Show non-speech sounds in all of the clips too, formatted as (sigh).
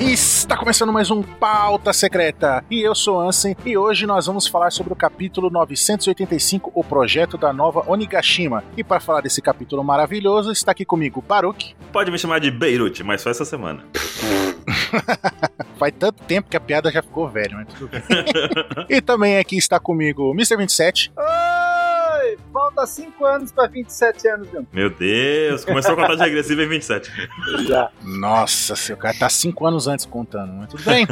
Está começando mais um Pauta Secreta e eu sou Ansem e hoje nós vamos falar sobre o capítulo 985, o projeto da nova Onigashima. E para falar desse capítulo maravilhoso, está aqui comigo Baruch. Pode me chamar de Beirute, mas só essa semana. Faz tanto tempo que a piada já ficou velha, mas tudo bem. e também aqui está comigo o Mr. 27. Oi! Falta 5 anos para 27 anos, meu. Meu Deus, começou a contagem regressiva em 27. Já. Nossa, seu cara tá cinco anos antes contando, mas tudo bem,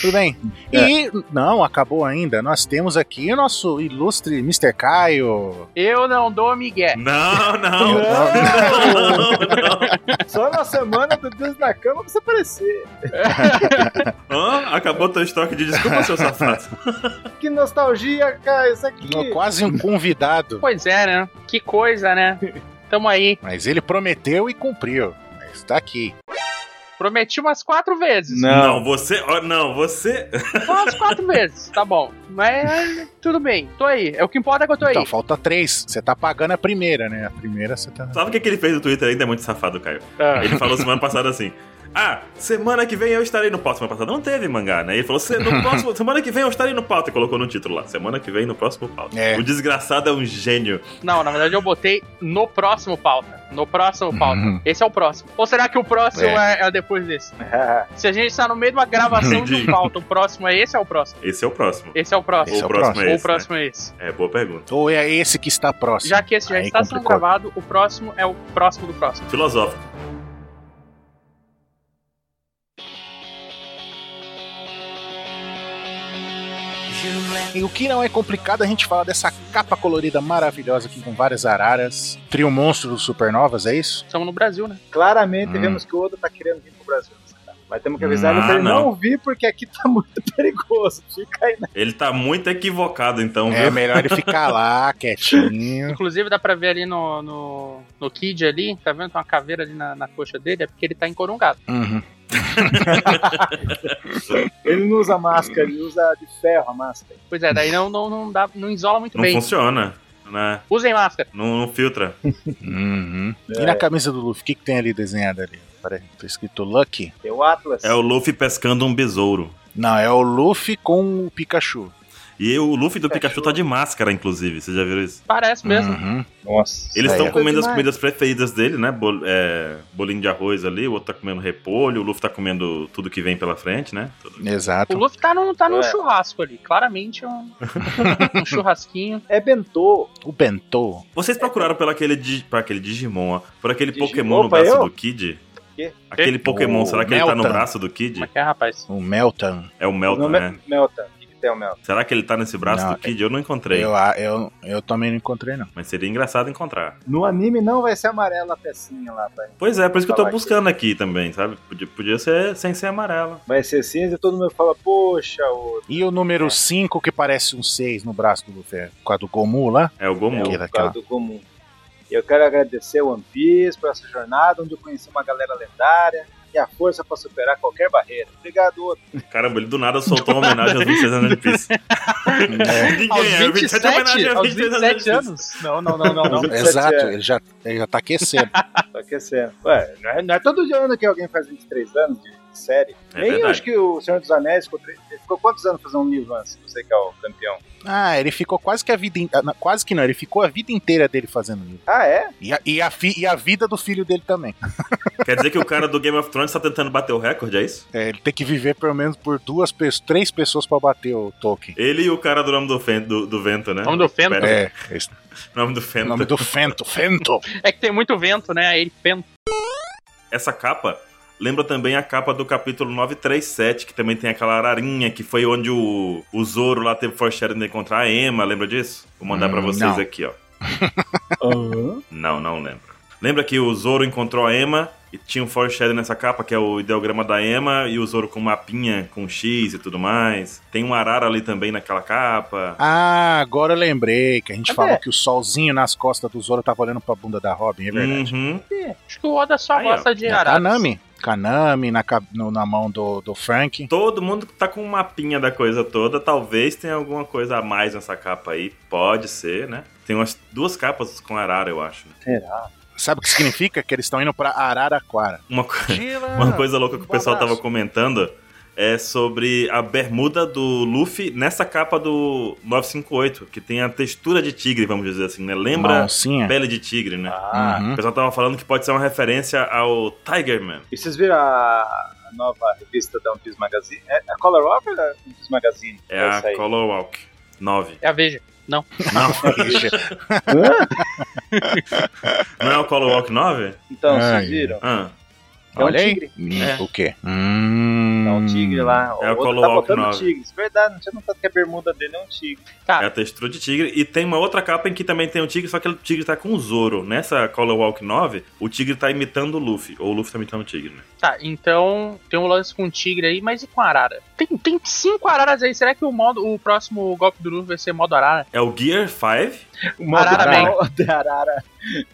tudo bem. E não, acabou ainda. Nós temos aqui o nosso ilustre Mr. Caio. Eu não dou migué. Não, não, não, Não! não. Só na semana do Deus na Cama pra você aparecer. Hã? acabou teu estoque de desculpa, seu safado. Que nostalgia, Caio. Isso aqui. Quase um convidado. Pois é, né? Que coisa, né? (laughs) Tamo aí. Mas ele prometeu e cumpriu. Mas tá aqui. Prometi umas quatro (laughs) vezes. Não, você. ó, não, você. Só umas quatro vezes, tá bom. Mas tudo bem, tô aí. É o que importa é que eu tô Então, aí. falta três. Você tá pagando a primeira, né? A primeira você tá. Sabe o que, que ele fez no Twitter ainda? É muito safado, Caio. Ah. Ele falou semana passada assim. Ah, semana que vem eu estarei no pauta. Semana passada não teve mangá, né? Ele falou, "Se- no próximo, semana que vem eu estarei no pauta. E colocou no título lá. Semana que vem no próximo pauta. É. O desgraçado é um gênio. Não, na verdade eu botei no próximo pauta. No próximo pauta. Uhum. Esse é o próximo. Ou será que o próximo é, é depois desse? Se a gente tá no meio de uma gravação de um Entendi. pauta, o próximo é esse ou é o próximo? Esse é o próximo. Esse é o próximo. Esse é Ou o o próximo é ou esse. o próximo é esse. né? É, boa pergunta. Ou é esse que está próximo? Já que esse já Aí está sendo complicou. gravado, o próximo é o próximo do próximo. Filosófico. E o que não é complicado é a gente falar dessa capa colorida maravilhosa aqui com várias araras. Trio monstro dos supernovas, é isso? Estamos no Brasil, né? Claramente Hum. vemos que o Oda tá querendo vir pro Brasil. nessa etapa. Mas temos que avisar ele pra ele Ah, não. não vir, porque aqui tá (laughs) muito perigoso. Fica aí na Ele tá muito equivocado, Uhum. então, É viu? melhor ele ficar lá, (laughs) quietinho. Inclusive dá pra ver ali no, no, no Kid ali, tá vendo? Tem uma caveira ali na, na coxa dele, é porque ele tá encorungado. Uhum. Ele não usa máscara, ele usa de ferro a máscara. Pois é, daí não, não, não, dá, não isola muito Não bem. funciona, né? Usem máscara. Não, não filtra. Uhum. É. E na camisa do Luffy, o que, que tem ali desenhado ali? Peraí, tá escrito Lucky? Tem o Atlas. É o Luffy pescando um besouro. Não, é o Luffy com o Pikachu. E o Luffy É, do Pikachu tá de máscara, inclusive. Vocês já viram isso? Parece mesmo. Uhum. Nossa. Eles Aí, é estão ó. comendo as Demais. comidas preferidas dele, né? Bol- é, bolinho de arroz ali, o outro tá comendo repolho, o Luffy tá comendo tudo que vem pela frente, né? Tudo. O Exato. Luffy tá num, tá num É. churrasco ali. Claramente (laughs) é um, um churrasquinho. É Bentô. O Bentô. Vocês procuraram pelo aquele, di- pra aquele Digimon, ó, por aquele Digimon Pokémon no pra braço eu? do Kid? Quê? Aquele Pokémon, O será que ele tá no Meltan. braço do Kid? Como é que é, rapaz? O Melton. É o O Melton, nome é né? Melta. O que que tem o Melta? Será que ele tá nesse braço Não, do Kid? Eu não encontrei, Eu, ah, eu, eu também não encontrei, não. mas seria engraçado encontrar. No anime não vai ser amarela a pecinha lá, tá? pai. Pois é, por isso que eu tô Falar aqui. buscando aqui também, sabe? Podia, podia ser sem ser amarela. Vai ser cinza e todo mundo fala, poxa, o... E o número 5, que parece um 6 no braço do Luffy, é com a do Gomu lá? É o é Gomu. que o daquela? cara do comum. E eu quero agradecer o One Piece por essa jornada, onde eu conheci uma galera lendária e a força pra superar qualquer barreira. Obrigado, outro. Caramba, ele do nada soltou uma homenagem aos 26 anos de One Piece. (laughs) É, (laughs) Ninguém Aos é, o 27 é homenagem 27, aos aos 26 anos de One 27 Piece. anos? Não, não, não, não. (laughs) não. Não. Exato, ele já, ele já tá aquecendo. Tô aquecendo. Ué, não é, não é todo ano que alguém faz 23 anos de de série. É Nem verdade. acho que o Senhor dos Anéis ficou, tre- ele ficou quantos anos fazendo um livro antes? Você que é o campeão. Ah, ele ficou quase que a vida. in- ah, não, Quase que não, ele ficou a vida inteira dele fazendo isso. Ah, é? E a, e a, fi- e a vida do filho dele também. Quer dizer que o cara do Game of Thrones tá tentando bater o recorde, é isso? É, ele tem que viver pelo menos por duas pessoas, três pessoas pra bater o Tolkien. Ele e o cara do nome do, fen- do- do vento, né? O nome do Fento Pera. É, esse Nome do é o fento. nome do Fento. Fento! é que tem muito vento, né? Ele Fento. Essa capa lembra também a capa do capítulo 937, que também tem aquela ararinha, que foi onde o, o Zoro lá teve foreshadowing de encontrar a Emma, lembra disso? Vou mandar pra Hum, vocês não. aqui, ó. Não, não lembro. Lembra que o Zoro encontrou a Emma e tinha um foreshadow nessa capa, que é o ideograma da Emma, e o Zoro com um mapinha, com X e tudo mais. Tem um arara ali também naquela capa. Ah, agora eu lembrei que a gente Cadê? falou que o solzinho nas costas do Zoro tava olhando pra bunda da Robin, é verdade. Uhum. Acho que o Oda só Aí, ó. gosta de Na araras. Kanami. Kanami na, ca- no- na mão do, do Frank. Todo mundo tá com um mapinha da coisa toda. Talvez tenha alguma coisa a mais nessa capa aí. Pode ser, né? Tem umas duas capas com arara, eu acho. né? Será? Sabe o que significa? Que eles estão indo pra (laughs) Araraquara. Uma, co- Gila, uma coisa louca que o um pessoal tava abraço. comentando é sobre a bermuda do Luffy nessa capa do 958, que tem a textura de tigre, vamos dizer assim, né? Lembra Mãozinha. pele de tigre, né? Ah, (laughs) Uhum. O pessoal tava falando que pode ser uma referência ao Tiger Man. E vocês viram a a nova revista da One Piece Magazine? É a Color Rock ou é a One Piece Magazine? É Essa a aí. Color Walk 9. É a Veja. (laughs) Não é o Color Walk 9? Então, Ai. vocês viram? Ah, É um Olha aí. tigre. Hum, É. O quê? Hum. É um tigre lá. É o outro Colo tá Walk botando nove. tigres. Verdade, não tinha notado que a bermuda dele é um tigre. Tá, é a textura de tigre. E tem uma outra capa em que também tem um tigre, só que o tigre tá com o Zoro. Nessa Color Walk 9, o tigre tá imitando o Luffy. Ou o Luffy tá imitando o tigre, né? tá. Então tem um lance com o tigre aí, mas e com a arara? Tem, tem cinco araras aí. Será que o, modo, o próximo golpe do Luffy vai ser modo arara? É o Gear 5, Uma Arara (laughs) arara. de arara.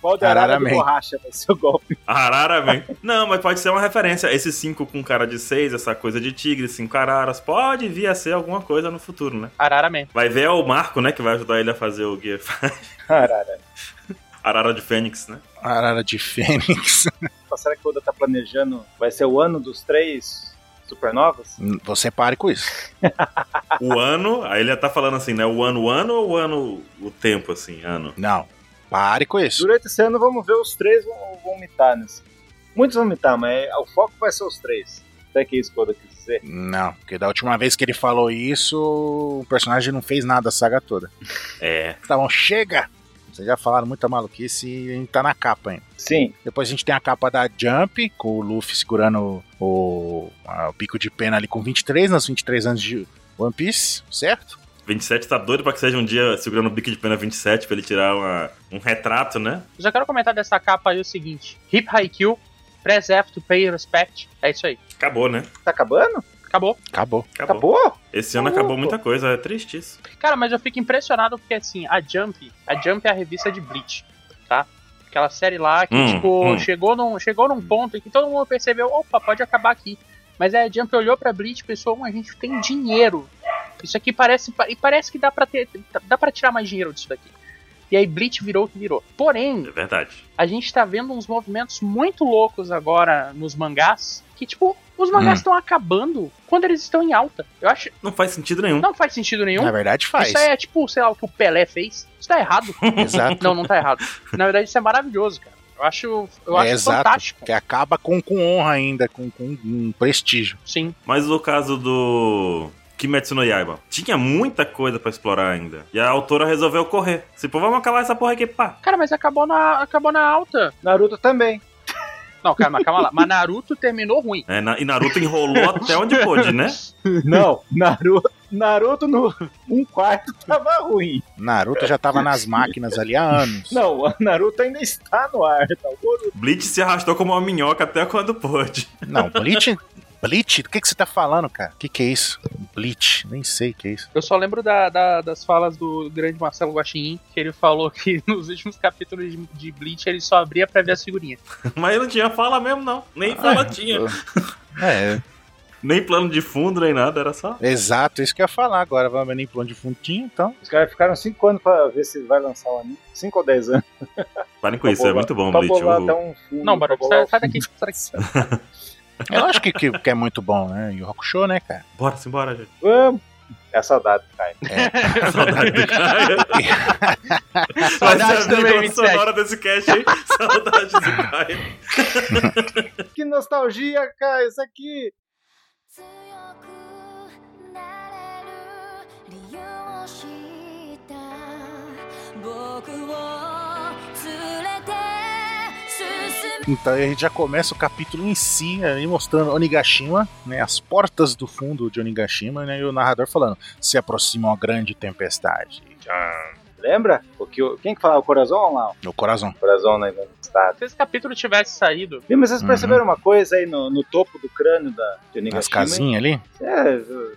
Qual de arara, Arara de Man. borracha vai ser o golpe? Arara Man. Não, mas pode ser uma referência. Esse 5 com cara de 6, essa coisa de tigre, 5 araras, pode vir a ser alguma coisa no futuro, né? Arara mesmo. Vai ver é o Marco, né, que vai ajudar ele a fazer o Gear 5. Arara. (laughs) Arara de Fênix, né? Hum, Arara de Fênix. Será que o Oda tá planejando? Vai ser o ano dos três supernovas? Hum, Você pare com isso. O ano, aí ele tá falando assim, né? O ano, o ano ou o ano, o tempo, assim, ano? Não. Pare com isso. Durante esse ano vamos ver os três vão vomitar nesse. Muitos vão vomitar, mas o foco vai ser os três. Será que é isso que o Oda quis dizer? Não, porque da última vez que ele falou isso, o personagem não fez nada a saga toda. É. Tá bom, chega! Vocês já falaram muita maluquice e a gente tá na capa ainda. Sim. Depois a gente tem a capa da Jump, com o Luffy segurando o, a- o bico de pena ali com 23, nos 23 anos de One Piece, certo? 27 tá doido pra que seja um dia segurando o bico de pena 27 pra ele tirar uma- um retrato, né? Eu já quero comentar dessa capa aí o seguinte: Hip Haikyuu, Preserve to Pay Respect. É isso aí. Acabou, né? Tá acabando? Acabou. Acabou. Acabou. Acabou? Esse ano Acabou, acabou pô. muita coisa, é triste isso. Cara, mas eu fico impressionado porque assim, a Jump, a Jump é a revista de Bleach, tá? Aquela série lá que, Hum, tipo, hum. Chegou, num, chegou num ponto em que todo mundo percebeu, opa, pode acabar aqui. Mas aí a Jump olhou pra Bleach e pensou, "Hum, a gente tem dinheiro. Isso aqui parece. pa- E parece que dá pra ter. Dá pra tirar mais dinheiro disso daqui. E aí Bleach virou o que virou. Porém, É verdade. a gente tá vendo uns movimentos muito loucos agora nos mangás. Que, tipo, os mangás Hum. estão acabando quando eles estão em alta. Eu acho. Não faz sentido nenhum. Não faz sentido nenhum. Na verdade faz. Isso aí é tipo, sei lá, o que o Pelé fez. Isso tá (laughs) errado. Exato. não, não tá errado. Na verdade, isso é maravilhoso, cara. Eu acho, eu acho é exato. fantástico. Que acaba com, com honra ainda, com, com um prestígio. Sim. Mas o caso do Kimetsu no Yaiba, tinha muita coisa pra explorar ainda. E a autora resolveu correr. Se pô, vamos acabar essa porra aqui, pá. Cara, mas acabou na, acabou na alta. Naruto também. Não, cara, mas calma lá. Mas Naruto terminou ruim. É, na- e Naruto enrolou até onde pôde, né? Não, Naruto, Naruto no um quarto tava ruim. Naruto já tava nas máquinas ali há anos. Não, o Naruto ainda está no ar, tá horroroso. Bleach se arrastou como uma minhoca até quando pôde. (laughs) Não, Bleach? Bleach? Do que, que você tá falando, cara? O que, que é isso? Bleach? Nem sei o que é isso. Eu só lembro da- da- das falas do grande Marcelo Guaxinim, que ele falou que (laughs) nos últimos capítulos de, de Bleach ele só abria pra ver as figurinhas. Mas não tinha fala mesmo, não. Nem fala tinha. É, Nem plano de fundo, nem nada, era só. exato, isso que eu ia falar agora. Vai nem plano de fundinho, então. Os caras ficaram 5 anos pra ver se vai lançar o anime. 5 ou 10 anos. Parem com isso, é muito bom, pra Bleach. bolar o- até um Hum, fundo, Não, Baruco, pra bolar sai, o sai daqui. Sai (laughs) daqui. Eu acho que, que, que é muito bom, né? E o Hakusho, né, cara? Bora, simbora, gente. (laughs) fundo. Vamos. É a saudade, cara. Saudade do (laughs) Caio. Saudade Vai ser a também, trilha 27. sonora desse cast, hein? (laughs) Saudade do Caio. Que nostalgia, cara, isso aqui. 強くなれる理由を知った僕を連れて進む Então a gente já começa o capítulo em si, ali mostrando Onigashima, né? As portas do fundo de Onigashima, né? E o narrador falando: se aproxima uma grande tempestade. Lembra? O que, o- quem que falava? O Corazon lá? No coração. O Corazon na estado. Se esse capítulo tivesse saído, Viu, mas vocês Uhum. perceberam uma coisa aí no, no topo do crânio da de Onigashima? As casinhas ali, É,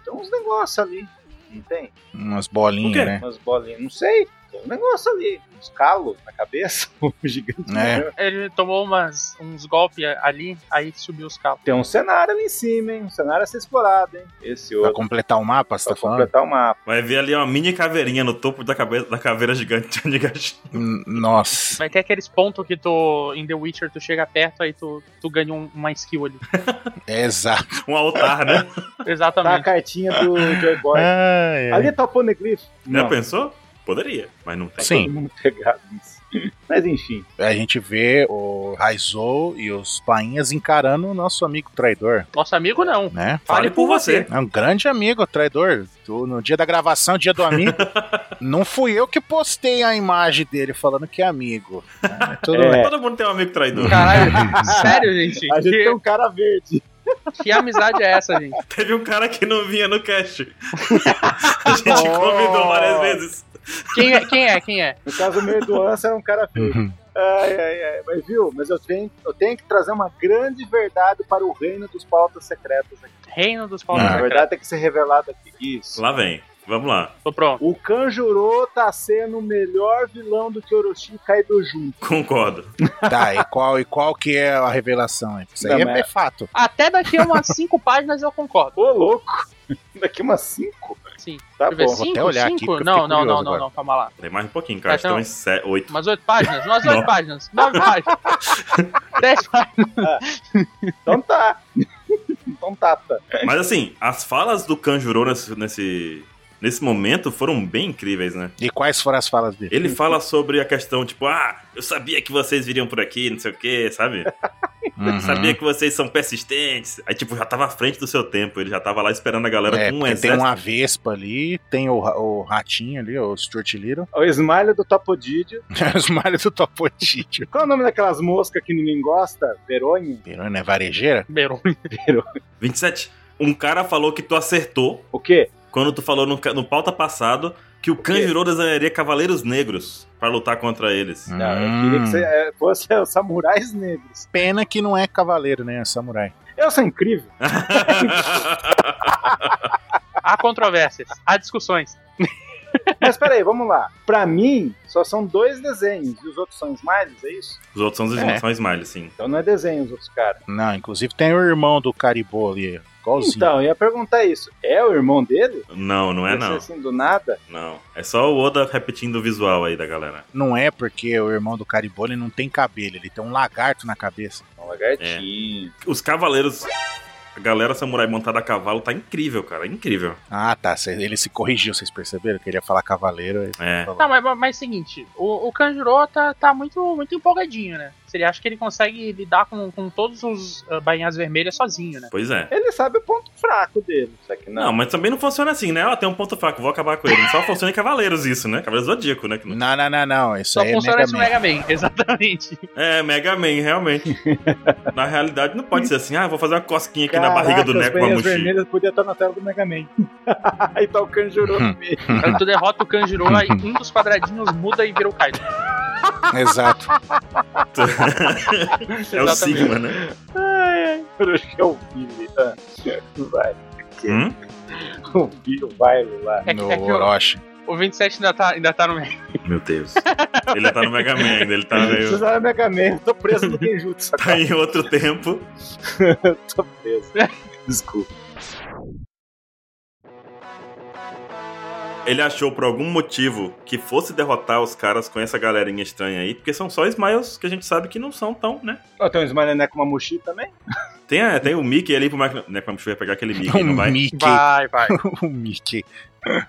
tem uns negócios ali. Não tem? umas O quê? bolinhas, né? Umas bolinhas. Não sei. Tem um negócio ali, uns calos na cabeça, (laughs) um gigante. É. Ele tomou umas, uns golpes ali, aí subiu os carros. Tem um cenário ali em cima, hein? Um cenário a ser explorado, hein? Esse Pra outro. completar o mapa, você Pra tá falando? completar o mapa. Vai ver ali uma mini caveirinha no topo da, cabeça, da caveira gigante de Onigashima. Hum, Nossa. Mas tem aqueles pontos que tu, em The Witcher, tu chega perto, aí tu, tu ganha um- uma skill ali. É exato. Um altar, né? Tá a Exatamente. cartinha do Joy Boy. É. Ai, ai. Ali é tá o Poneglyph. Já Não, pensou? Poderia, mas não tem. Sim. todo mundo pegado nisso. Mas enfim, A gente vê o Raizou e os painhas encarando o nosso amigo traidor, Nosso amigo não. né? Fale por você. É um grande amigo, traidor. Tu, no dia da gravação, dia do (laughs) amigo, não fui eu que postei a imagem dele falando que é amigo. né? Tudo É. bem. Todo mundo tem um amigo traidor. Caralho, (laughs) sério, gente? a gente tem Que, um cara verde. que amizade é essa, gente? (laughs) Teve um cara que não vinha no cast. A gente convidou várias vezes. Quem é? Quem é? Quem é? No caso, o meio do Ansa era um cara verde. Uhum. Ai, ai, ai. Mas viu, mas eu tenho, eu tenho que trazer uma grande verdade para o reino dos pautas secretas aqui. Reino dos Povos Ah. A Secretos. verdade tem que ser revelada aqui. Isso. Lá vem. Vamos lá. Tô pronto. O Kanjuro tá sendo o melhor vilão do que Orochi e Kaido junto. Concordo. Tá, e qual, e qual que é a revelação? aí? Isso aí Não, é, mas- é fato. Até daqui a umas cinco páginas eu concordo. Ô, louco! (laughs) Daqui umas cinco? Sim. Tá Deixa eu ver. bom. vou Cinco? até olhar aqui, cinco? porque eu não, fiquei não, curioso não, não, agora. não, calma lá. Tem mais um pouquinho, cara. Acho que Então- tem uns se- oito. Umas oito páginas? Umas Não. oito páginas. Nove (laughs) páginas. Dez páginas. Então tá. (laughs) então tá, tá. Mas assim, as falas do Kanjuro nesse, nesse, nesse momento foram bem incríveis, né? E quais foram as falas dele? Ele fala sobre a questão, tipo, ah, eu sabia que vocês viriam por aqui, não sei o quê, sabe? Uhum. Sabia que vocês são persistentes. Aí, tipo, já tava à frente do seu tempo. Ele já tava lá esperando a galera É, com um porque tem exército. uma Vespa ali, tem o, ra- o ratinho ali, o Stuart Little, (laughs) O smile do Topodidio. os males do Topotídeo. Qual é o nome daquelas moscas que ninguém gosta? Veronha? Pirou, né? Varejeira? Beirão. 27. Um cara falou que tu acertou O quê? quando tu falou no, ca- no pauta passado que o Kanjuro desenharia Cavaleiros Negros pra lutar contra eles. Hum. Não, eu Hum. queria que você é, fosse (laughs) os samurais negros. Pena que não é cavaleiro, né? É samurai. Eu sou incrível. Há controvérsias. Há discussões. Mas peraí, vamos lá. Pra mim, só são dois desenhos. E os outros são smiles, é isso? (laughs) Os outros são, os É. são Smile, sim. Então não é desenho os outros caras. Não, inclusive tem o irmão do Caribou ali, igualzinho. Então, eu ia perguntar isso. É o irmão dele? Não, não é Ia ser não. assim do nada? Não. É só o Oda repetindo o visual aí da galera. Não é porque o irmão do Caribou ele não tem cabelo, ele tem um lagarto na cabeça. É um lagartinho. Os cavaleiros. A galera samurai montada a cavalo tá incrível, cara. Incrível. Ah, tá. cê- Ele se corrigiu, vocês perceberam? Que ele ia falar cavaleiro. ele É. falou. Não, Tá, mas, mas, mas seguinte, o, o Kanjuro tá, tá muito, muito empolgadinho, né? Se Ele acha que ele consegue lidar com, com todos os ah, bainhas vermelhas sozinho, né? Pois é. Ele sabe o ponto fraco dele. Só que não. Não, mas também não funciona assim, né? Ela tem um ponto fraco, vou acabar com ele. Só funciona em Cavaleiros isso, né? Cavaleiros Zodíaco, né? Que não- Não, não, não, não. Isso Só aí é funciona Mega esse Man. Mega Man, (laughs) exatamente. É, Mega Man, (laughs) realmente. na realidade, não pode ser assim, ah, vou fazer uma cosquinha aqui na Caraca, barriga do Neco As com a veias mochila. vermelhas podia estar na tela do Mega Man. (laughs) Aí tá o Kanjuro Hum. (laughs) no meio. Quando tu derrota o Kanjuro, aí um dos quadradinhos muda e vira o Kaido. Exato. (laughs) (laughs) É o Exatamente. Sigma, né? Ai, ai. Orochi é o Billy. Ah, Vai. (laughs) Hum? O Billy, o baile lá. É que- No é que o- Orochi. O 27 ainda tá, ainda tá no Mega. Meu Deus. Ele tá no Mega Man ainda, ele tá meio. Precisava Mega Man. Tô preso no Genjutsu Tá agora. em outro tempo. Tô preso. Desculpa. Ele achou por algum motivo que fosse derrotar os caras com essa galerinha estranha aí, porque são só Smiles que a gente sabe que não são tão, né? Ó, tem um Smiley né, com uma mochila também? Tem, a- tem o Mickey ali pro Máquina. Né, pra vai pegar aquele (laughs) Mickey, não O vai? Um Mickey. Vai, vai. O Mickey. É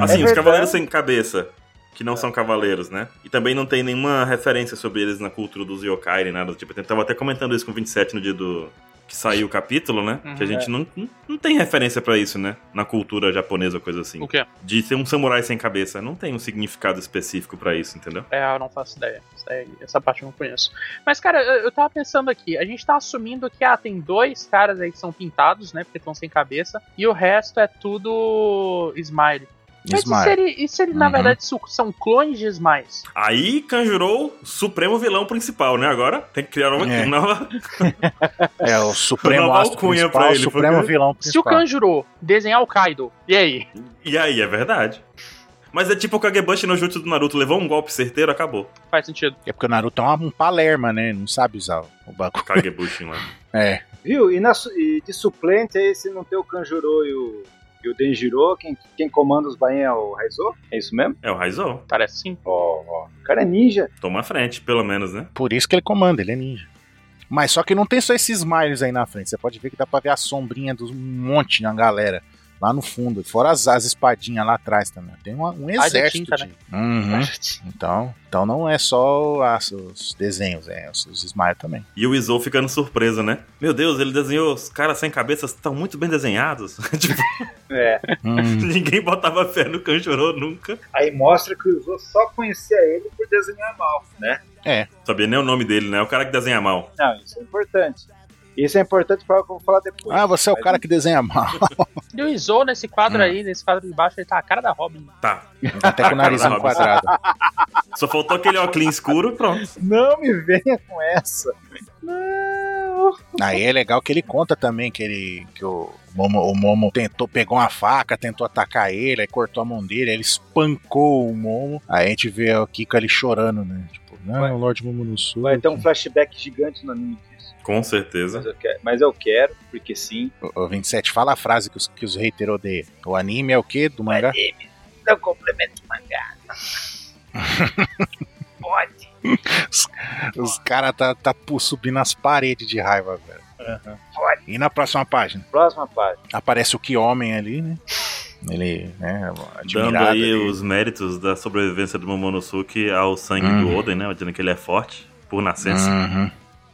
Ah, Assim, os verdade. cavaleiros sem cabeça, que não são cavaleiros, né? E também não tem nenhuma referência sobre eles na cultura dos yokai, nem nada do tipo. Eu tava até comentando isso com o 27 no dia do. Que saiu o capítulo, né? Uhum. que a gente não, não- não tem referência pra isso, né? Na cultura japonesa, coisa assim. O quê? De ser um samurai sem cabeça. Não tem um significado específico pra isso, entendeu? É, eu não faço ideia. Isso aí- Essa parte eu não conheço. Mas, cara, eu, eu tava pensando aqui. A gente tá assumindo que, ah, tem dois caras aí que são pintados, né? Porque estão sem cabeça. E o resto é tudo Smile. Mas e se Smile. ele, e se ele, na Uhum. verdade, su- são clones de Smiles? Aí Kanjurou, supremo vilão principal, né? Agora tem que criar uma É. nova. É o Supremo Uma Astro alcunha principal, pra o ele, Supremo porque- Vilão Se o principal. Kanjuro desenhar o Kaido, e aí? E aí, é verdade. Mas é tipo o Kagebushi no jutsu do Naruto. Levou um golpe certeiro, acabou. Faz sentido. É porque o Naruto é um palerma, né? Não sabe usar o bagulho. Kagebushi, mano. É. Viu? E, na su- e de suplente aí, se não tem o Kanjuro e o, e o Denjiro, quem, quem comanda os bainhas é o Raizo? É isso mesmo? É o Raizou. Parece sim. Ó, ó. O cara é ninja. Toma a frente, pelo menos, né? Por isso que ele comanda, ele é ninja. Mas só que não tem só esses smiles aí na frente. Você pode ver que dá pra ver a sombrinha dos um monte na galera. Lá no fundo. Fora as, as espadinhas lá atrás também. Tem uma- um de exército tinta, de... Uhum. Então, então não é só as- os desenhos, é os, os smiles também. E o Izou ficando surpreso, né? Meu Deus, ele desenhou os caras sem cabeças tão muito bem desenhados. (laughs) (laughs) tipo, É. (laughs) Hum. ninguém botava fé no Kanjuro nunca. Aí mostra que o Izo só conhecia ele por desenhar mal, né? Sabia nem o nome dele, né? O cara que desenha mal. Não, isso é importante. Isso é importante para o que eu vou falar depois. ah, você é o cara que desenha mal. E o Izou nesse quadro Uhum. Hum. aí, nesse quadro de baixo, ele tá a cara da Robin. Tá. Até com o narizão Robson. quadrado. Só faltou aquele óculos escuro e pronto. Não me venha com essa. Não. Aí é legal que ele conta também que ele que o Momo, o Momo tentou pegou uma faca, tentou atacar ele, aí cortou a mão dele, aí ele espancou o Momo. Aí a gente vê o Kiko ali chorando, né? Tipo, não, Vai. o Lorde Momo no sul. Vai ter então. um flashback gigante no anime disso. Com Mas certeza. eu quero, mas eu quero porque sim. O, o 27 fala a frase que os, que os haters odeiam. O anime é o quê? Do mangá? Não complemento (laughs) o mangá. Pode. Os caras tá, tá pu- subindo as paredes de raiva, velho. E na próxima página? Próxima página. Aparece o que homem ali, né? Ele, né? Admirado. Dando aí ali. os méritos da sobrevivência do Momonosuke ao sangue Uhum. do Oden, né? Dizendo que ele é forte, por nascença. Uhum.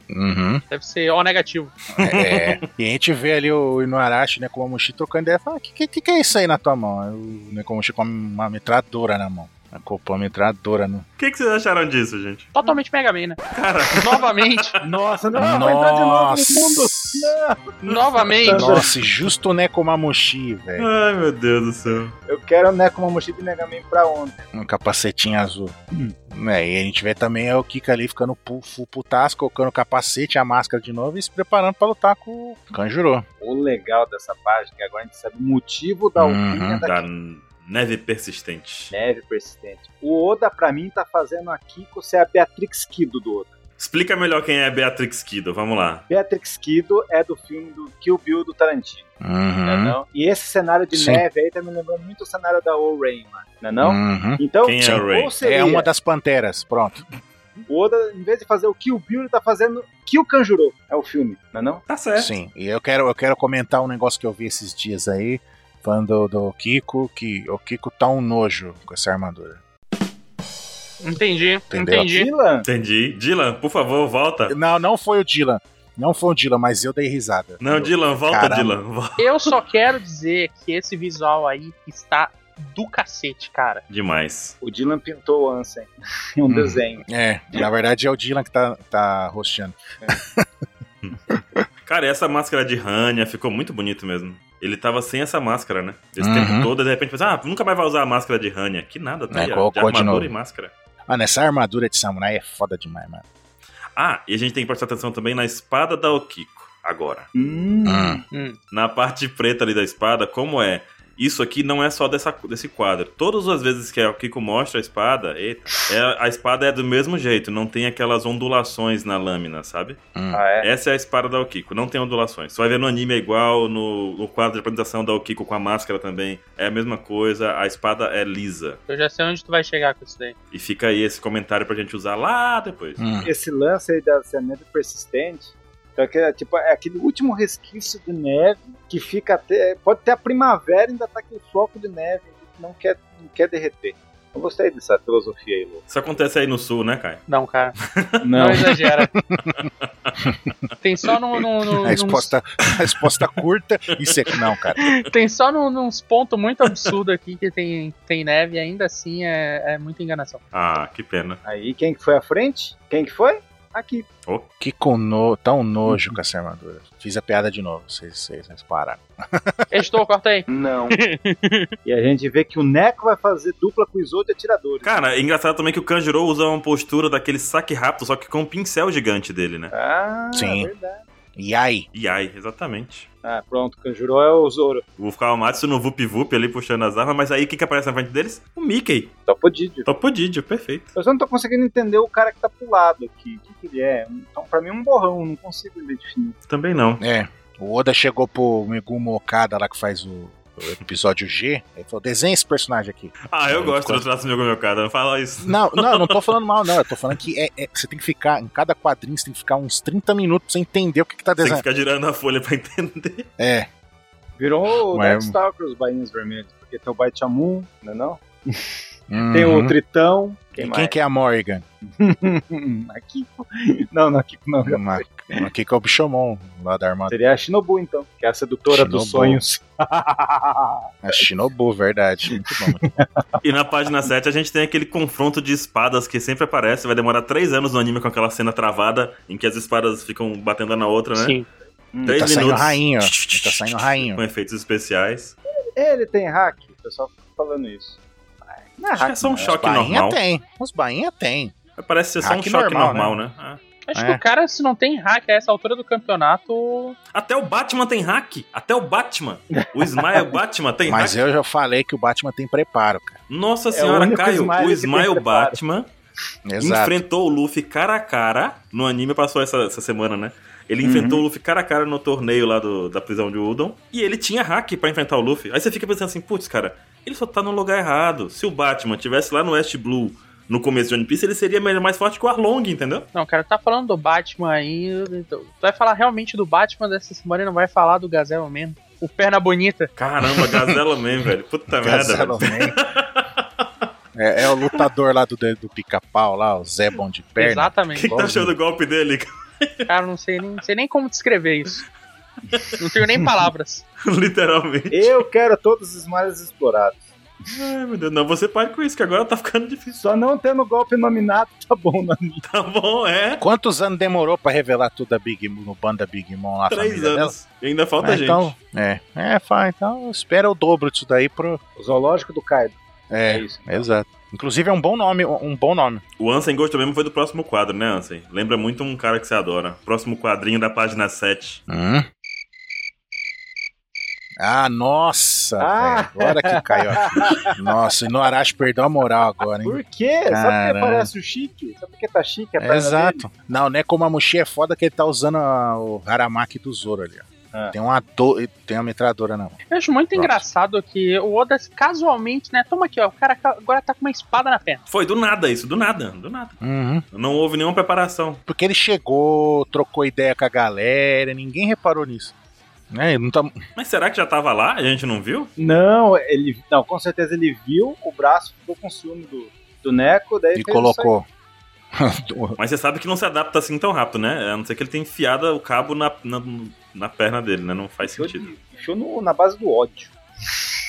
Uhum. Deve ser O negativo. É. E a gente vê ali o Inuarashi, né, com o Amushi trocando ideia. Fala, o que, que, que é isso aí na tua mão? Aí O Nekomushi com uma metralhadora na mão. Ela Colocou uma metralhadora no. O que, que vocês acharam disso, gente? Totalmente Mega Man, né? Cara, (laughs) Novamente. Nossa, novamente. Nossa, e justo o Nekomamushi, velho. ai meu Deus do céu. Eu quero né com uma mochila de Mega Man pra ontem. Um capacetinho azul. Hum. É, e a gente vê também o Kika ali ficando pu- fu- putaço, colocando o capacete, a máscara de novo e se preparando pra lutar com o Kanjuro. O legal dessa página é que agora a gente sabe o motivo da Uhum, alcunha da Da neve persistente. neve persistente. O Oda, pra mim, tá fazendo a Kiko ser a Beatrix Kido do Oda. Explica melhor quem é Beatrix Kido, vamos lá. Beatrix Kido é do filme do Kill Bill do Tarantino, né Uhum. não? E esse cenário de Sim. neve aí tá me lembrando muito o cenário da O-Rain, mano. Não é não? Uhum. Então, Quem é a Rain? ou seria, É uma das panteras, pronto. o Oda, em vez de fazer o Kill Bill, ele tá fazendo Kill Kanjuro. É o filme, não é não? Tá certo. Sim, e eu quero, eu quero comentar um negócio que eu vi esses dias aí, falando do, do Kiko, que o Kiko tá um nojo com essa armadura. Entendi, Entendeu? entendi. Dylan, Entendi. Dylan, por favor, volta. Não, não foi o Dylan. Não foi o Dylan, mas eu dei risada. Não, Eu- Dylan, volta, Caramba. Dylan. Volta. Eu só quero dizer que esse visual aí está do cacete, cara. Demais. o Dylan pintou o Ansem (laughs) em um Uhum. desenho. É, na verdade é o Dylan que tá, tá rosteando. Cara, essa máscara de Hanya ficou muito bonito mesmo. Ele tava sem essa máscara, né? Esse Uhum. tempo todo, de repente, pensa, ah, nunca mais vai usar a máscara de Hanya. Que nada, tá É, aí, ó, de colocou de armadura novo. e máscara. Mano, essa Ah, armadura de samurai é foda demais, mano. Ah, e a gente tem que prestar atenção também na espada da Okiko, agora. Hum. Hum. na parte preta ali da espada, como é? Isso aqui não é só dessa, desse quadro. Todas as vezes que o Kiko mostra a espada, eita, é- a espada é do mesmo jeito, não tem aquelas ondulações na lâmina, sabe? hum. Ah, é? Essa é a espada da Okiko, não tem ondulações. Você vai ver no anime é igual, no, no quadro de apresentação da Okiko com a máscara também, é a mesma coisa, a espada é lisa. Eu já sei onde tu vai chegar com isso daí. E fica aí esse comentário pra gente usar lá depois. Hum. esse lance aí da se a neve persistente. Então, que é, tipo, é aquele último resquício de neve que fica até. Pode ter a primavera e ainda tá aquele floco de neve que não quer, não quer derreter. Eu gostei dessa filosofia aí, (laughs) Lu. Isso acontece aí no sul, né, Caio? Não, cara. Não, (laughs) exagera. Tem só no, no, no- A resposta, (laughs) a resposta curta e seca. Não, cara. num- tem só no, nos pontos muito absurdos aqui que tem, tem neve, e ainda assim é, é muita enganação. Ah, que pena. Aí quem que foi à frente? Quem que foi? Aqui. Kiko no, tá um nojo com essa armadura. Fiz a piada de novo, vocês, vocês, vocês pararam. Estou, corta aí. Não. e a gente vê que o Neco vai fazer dupla com os outros atiradores. Cara, é engraçado também que o Kanjuro usa uma postura daquele saque rápido, só que com o pincel gigante um dele, né? Ah, Sim. verdade. Yai. Iai, exatamente. Ah, pronto, Kanjuro é o Zoro. O Kawamatsu no Vup Vup ali puxando as armas, mas aí o que, que aparece na frente deles? O Mickey. Topo Didio. Topo Didio, perfeito. Tá Eu só não tô conseguindo entender o cara que tá pro lado aqui. O que, que ele é? Então, pra mim é um borrão, não consigo ver definir. Também não. É. O Oda chegou pro Megumo Okada lá que faz o, o episódio G. Ele falou: desenha esse personagem aqui. Ah, eu É, gosto do quase- traço do meu cara, não fala isso. Não, não, não tô falando mal, não. Eu tô falando que é, é- você tem que ficar, em cada quadrinho, você tem que ficar uns 30 minutos pra você entender o que, que tá Tem que desenhando. ficar girando a folha pra entender. É. Virou o Ué, Darkstalker, os bainhas vermelhos. Porque tem o Baichamun, não é não? Tem um Uhum. o Tritão. Quem, E mais? Hum, quem que é a Morgan? (laughs) Akiko? Não, não, Akiko não. Uma- Aqui que é o Bichomon, lá da armada. Seria a Shinobu, então, que é a sedutora dos Shinobu. sonhos. (laughs) A Shinobu, verdade. Muito bom. muito bom. E na página 7 a gente tem aquele confronto de espadas que sempre aparece. Vai demorar três anos no anime com aquela cena travada em que as espadas ficam batendo na outra, né? Sim. Ele Hum, Três tá saindo minutos. rainho, ó. Ele tá saindo rainho. Com efeitos especiais. Ele tem hack, o pessoal fica falando isso. Não Acho que é só um Ah, Os choque bainha normal. tem. Os bainha tem. Parece ser só um Hack choque normal, normal, né? Ah. Acho É. que o cara, se não tem hack a essa altura do campeonato. Até o Batman tem hack. Até o Batman. O Smile Batman tem Mas hack. eu já falei que o Batman tem preparo, cara. Nossa é o senhora, único Caio. Smile o que tem Smile preparo. Batman Exato. enfrentou o Luffy cara a cara. No anime passou essa, essa semana, né? Ele Uhum. enfrentou o Luffy cara a cara no torneio lá do- da prisão de Udon. E ele tinha hack pra enfrentar o Luffy. Aí você fica pensando assim, putz, cara, ele só tá no lugar errado. Se o Batman tivesse lá no West Blue no começo de One Piece, ele seria melhor- mais forte que o Arlong, entendeu? Não, cara, tá falando do Batman aí. então, Tu vai falar realmente do Batman dessa semana e não vai falar do Gazelle mesmo. O perna bonita. Caramba, Gazela Man, velho. Puta merda. (laughs) velho. Gazela Man. é, é o lutador lá do, do pica-pau, lá, o Zé Bom de Perna. O Exatamente. (laughs) que, que tá achando do golpe dele? (laughs) Cara, não sei nem, sei nem como descrever isso. Não tenho nem palavras. Literalmente. Eu quero todos os mares explorados. Ai, meu Deus. Não, você pare com isso, que agora tá ficando difícil. Só não tendo golpe nominado, tá bom, né? (laughs) Tá bom, é. Quantos anos demorou pra revelar tudo da Big Mom, no bando da Big Mom lá? a Três família anos. E ainda falta dela? É, gente. então, é, é, fala, então espera o dobro disso daí pro. O zoológico do Kaido. É É, isso. exato. Inclusive é um bom nome, um bom nome. O Ansem Ghost mesmo foi do próximo quadro, né, Ansem? Lembra muito um cara que você adora. Próximo quadrinho da página 7. Ah, nossa! Ah. velho, agora que caiu a ficha. Nossa, e no Arashi perdeu a moral agora, hein? Por quê? Sabe por que Caramba. parece o chique? Sabe por que tá chique? É a perna dele? Exato. Não, né? Como a mochila é foda que ele tá usando a- o Haramaki do Zoro ali, ó. Ah. Tem uma do... tem uma metralhadora na mão. Eu acho muito Pronto. engraçado que o Oda casualmente, né? Toma aqui, ó. O cara ca- agora tá com uma espada na perna. Foi do nada isso, do nada, do nada. Uhum. Não houve nenhuma preparação. Porque ele chegou, trocou ideia com a galera, ninguém reparou nisso. Né? Ele não tá... Mas será que já tava lá? A gente não viu? Não, ele. Não, com certeza ele viu, o braço ficou com ciúme do, do Neco, daí E fez colocou. Mas você sabe que não se adapta assim tão rápido, né? A não ser que ele tenha enfiado o cabo na, na, na perna dele, né? Não faz isso aí. sentido. Enfiou, enfiou no- na base do ódio.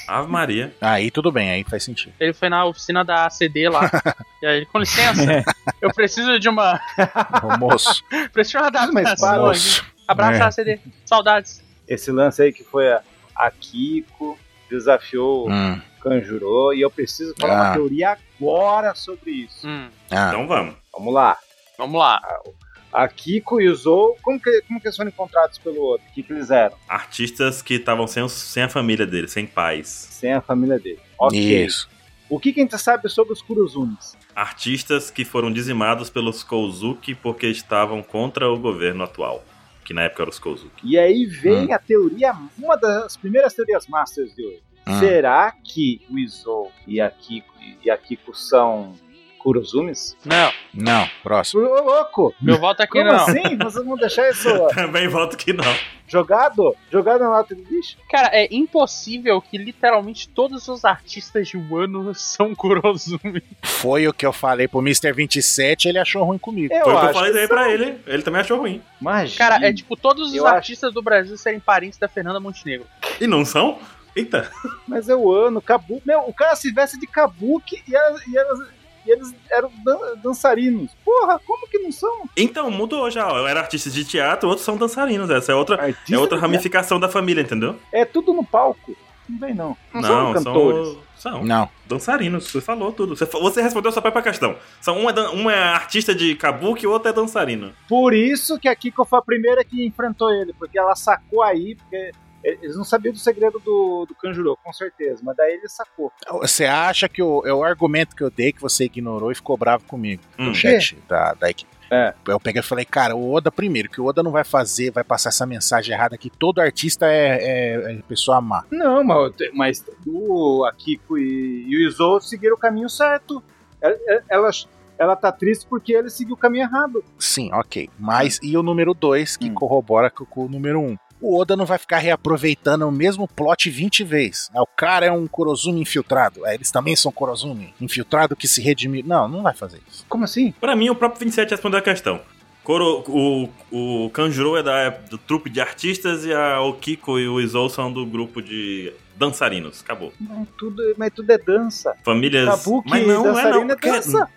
Ave Maria. (laughs) aí tudo bem, aí faz sentido. Ele foi na oficina da (laughs) ACD lá. e aí, ele, com licença, É. eu preciso de uma. Ô, moço, Preciso de uma Uma espada. adaptação. aqui. moço. Abraço É. a ACD. Saudades. Esse lance aí que foi a, a Kiko, desafiou Hum. o Kanjuro, e eu preciso falar uma Ah. teoria agora sobre isso. Hum, Ah, Então vamos. Vamos lá. vamos lá. A Kiko e o Zou, como que, como que eles foram encontrados pelo outro? O que, que eles eram? Artistas que estavam sem, os- sem a família dele, sem pais. Sem a família dele. Ok. Isso. O que, que a gente sabe sobre os Kurozumis? Artistas que foram dizimados pelos Kouzuki porque estavam contra o governo atual. Que na época era os (laughs) Kouzuki. E aí Ah. vem a teoria, uma das primeiras teorias masters de hoje. Ah. Hum. Será que o Izou e a Kiko, e a Kiko são Kurozumis? Não, Não, próximo. Ô, louco! meu voto aqui Como não. assim? Vocês vão deixar isso Também volto que não. jogado? Jogado na lata de lixo? Cara, é impossível que literalmente todos os artistas de Wano são Kurozumi. Foi o que eu falei pro Mr. 27, ele achou ruim comigo. Eu Foi o que eu acho falei que daí pra ele. Ele também achou ruim. são. Imagina. Cara, é tipo todos os Eu acho- artistas do Brasil serem parentes da Fernanda Montenegro. E não são? Eita. Mas é o ano, Kabuki. Meu, o cara se veste de Kabuki e, elas- e elas- e eles eram dan- dançarinos. Porra, como que não são? Então, mudou já. ó. Era artista de teatro, outros são dançarinos. Essa é outra, Artista é outra de- ramificação da família, entendeu? É tudo no palco. não vem, não. Não, Não, são cantores. são, são Não. dançarinos. Você falou tudo. Você, fa- você respondeu só pé pra questão. São, uma, é dan- uma é artista de kabuki e outra é dançarina. Por isso que a Kiko foi a primeira que enfrentou ele, porque ela sacou aí, porque eles não sabiam do segredo do, do Kanjuro, com certeza, mas daí ele sacou. Você acha que o, é o argumento que eu dei que você ignorou e ficou bravo comigo Hum. no chat da, da equipe? É. Eu peguei e falei, cara, o Oda, primeiro, que o Oda não vai fazer, vai passar essa mensagem errada que todo artista é, é- é pessoa má. Não, mas, mas o, a Kiko e, e o Izou seguiram o caminho certo. Ela, ela, ela tá triste porque ele seguiu o caminho errado. Sim, ok. Mas e o número 2, que Ah. Hum. corrobora com, com o número 1? Um? O Oda não vai ficar reaproveitando o mesmo plot 20 vezes. Ah, O cara é um Kurozumi infiltrado. Ah, Eles também são Kurozumi infiltrado que se redimiu. Não, não vai fazer isso. Como assim? Pra mim, o próprio 27 respondeu a questão. Koro- o, o Kanjuro é da, do trupe de artistas e a Okiko e o Izou são do grupo de dançarinos. Acabou. Mas tudo, mas tudo é dança. Famílias. Kabuki, mas não, não é não. dançarina, é porque- dança.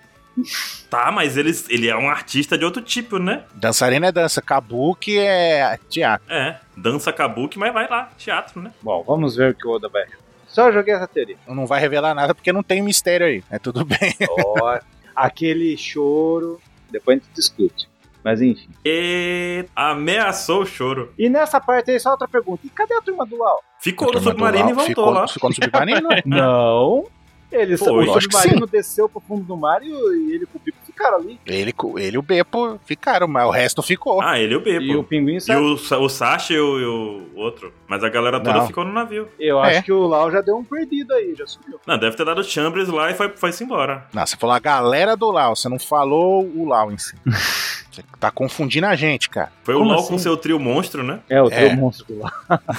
Tá, mas eles, ele é um artista de outro tipo, né? Dançarina é dança, kabuki é teatro. É. Dança kabuki, mas vai lá, teatro, né? Bom, vamos ver o que o Oda vai. Só joguei essa (laughs) teoria. Não vai revelar nada porque não tem mistério aí. É tudo bem. Ó, aquele choro. Depois a gente discute. Mas enfim. E ameaçou o choro. E nessa parte aí, só outra pergunta. E cadê a turma do (laughs) Lau? Ficou no Turma do submarino e Lau voltou ficou, lá. Ficou no submarino? Não. Eles, Foi, o lógico que submarino desceu pro fundo do mar e, o- e ele com o bico ficaram ali. ele, co- ele e o Beppo ficaram, mas o resto ficou. Ah, ele e o Bebo. E o pinguim E saiu. o, Sa- o Sasha e o, e o outro. Mas a galera toda Não. ficou no navio. Eu É. acho que o Lau já deu um perdido aí, já sumiu. Não, deve ter dado chambres lá e foi, foi-se embora. Não, você falou a galera do Lau, você não falou o Lau em si. Você tá confundindo a gente, cara. Foi Como o LOL assim? com seu trio monstro, né? (laughs) É, o É. teu monstro do Lau. (laughs)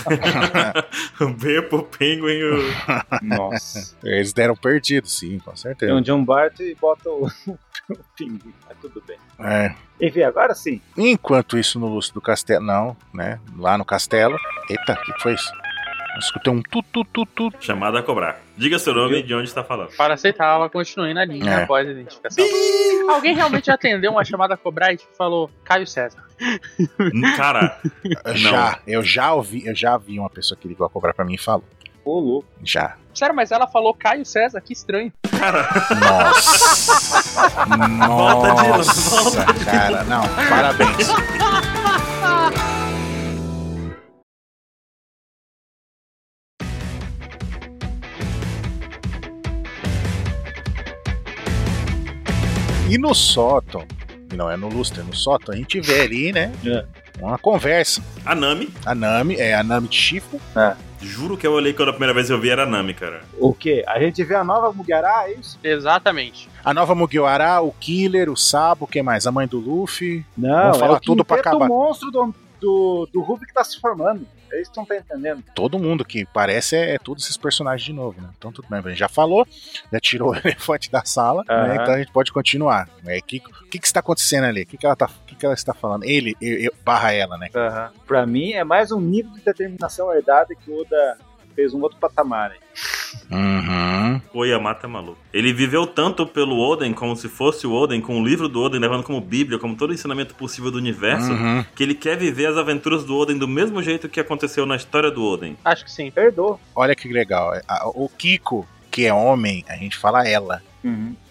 O Beppo, o Penguin e o... Nossa. Eles deram perdido, sim, com Tem certeza. um John Bart e bota o, (laughs) o pinguim. Mas tudo bem. É. Enfim, agora sim. Enquanto isso no lustre do castelo. Não, né? Lá no castelo. Eita, o que foi isso? Eu escutei um tu tu tu tu. Chamada a cobrar. Diga seu nome e de onde está falando. Para aceitar, ela continue na linha É. após a identificação. Alguém realmente atendeu uma chamada Cobra e tipo, falou Caio César. Cara, Eu Já, eu já ouvi, eu já vi uma pessoa que ligou a cobrar pra mim e falou. Ô, louco. Já. Sério, mas ela falou Caio César, que estranho. Nossa! Volta, Dylan, Nossa, cara, não, parabéns. E no sótão, e não é no lustre, é no sótão, a gente vê ali, né? É. Uma conversa. a Nami. A Nami, é a Nami de Chifo. Juro que eu olhei quando a primeira vez eu vi era a Nami, cara. O quê? A gente vê a nova Mugará, é isso? Exatamente. A nova Mugiwara, o Killer, o Sabo, quem mais? A mãe do Luffy. Não, é Vamos falar o tudo pra quinteto acabar. monstro do, do, do Ruby que tá se formando. É isso que tu não tá entendendo. Todo mundo que parece é, é todos esses personagens de novo, né? Então tudo bem, a gente já falou, já tirou o (laughs) elefante da sala, né? Aham. Então a gente pode continuar. né? O que, o que, que está acontecendo ali? O que, que, ela tá, o que, que ela está falando? Ele, eu- eu- barra ela, né? Pra mim, é mais um nível de determinação herdada que o Oda fez um outro patamar. Hein? Uhum. O Yamato é maluco. Ele viveu tanto pelo Oden, como se fosse o Oden, com o livro do Oden, levando como Bíblia, como todo ensinamento possível do universo, Uhum. que ele quer viver as aventuras do Oden do mesmo jeito que aconteceu na história do Oden. Acho que sim. Herdou. Olha que legal. é, a- O Kiko, que é homem, a gente fala ela.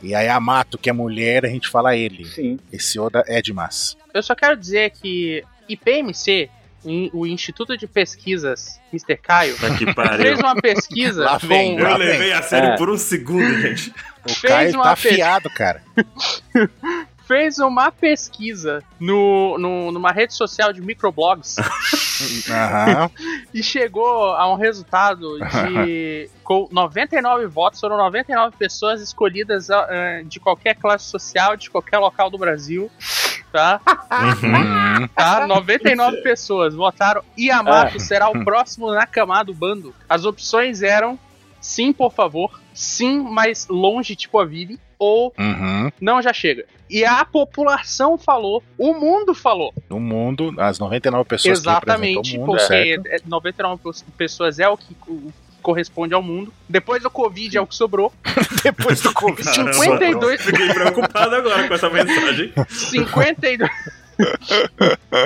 E a Yamato, que é mulher, a gente fala ele. Sim. Esse Oda é demais. Eu só quero dizer que IPMC, em- o Instituto de Pesquisas Mr. Caio, Tá (laughs) que fez pariu. uma pesquisa Lá vem, com- lá Eu vem. levei a sério É. por um segundo, gente. O Fez Caio uma tá pesquisa. afiado, cara. fez uma pesquisa no, no- numa rede social de (laughs) microblogs Aham. e chegou a um resultado (laughs) de com 99 votos, foram 99 pessoas escolhidas ah, ah, de qualquer classe social, de qualquer local do Brasil, tá? (laughs) Uhum. Tá? 99 pessoas votaram. Yamato É. (laughs) será o próximo na camada do bando. As opções eram sim, por favor, sim, mas longe, tipo a Vivi, ou Uhum. não, já chega. E a população falou, o mundo falou. No mundo, as 99 pessoas que Exatamente, representam o mundo, porque certo? é- 99 pos- pessoas é o que co- corresponde ao mundo. Depois do Covid é o que sobrou. Depois do Covid. Caramba. 52, Fiquei preocupado agora com essa mensagem. 52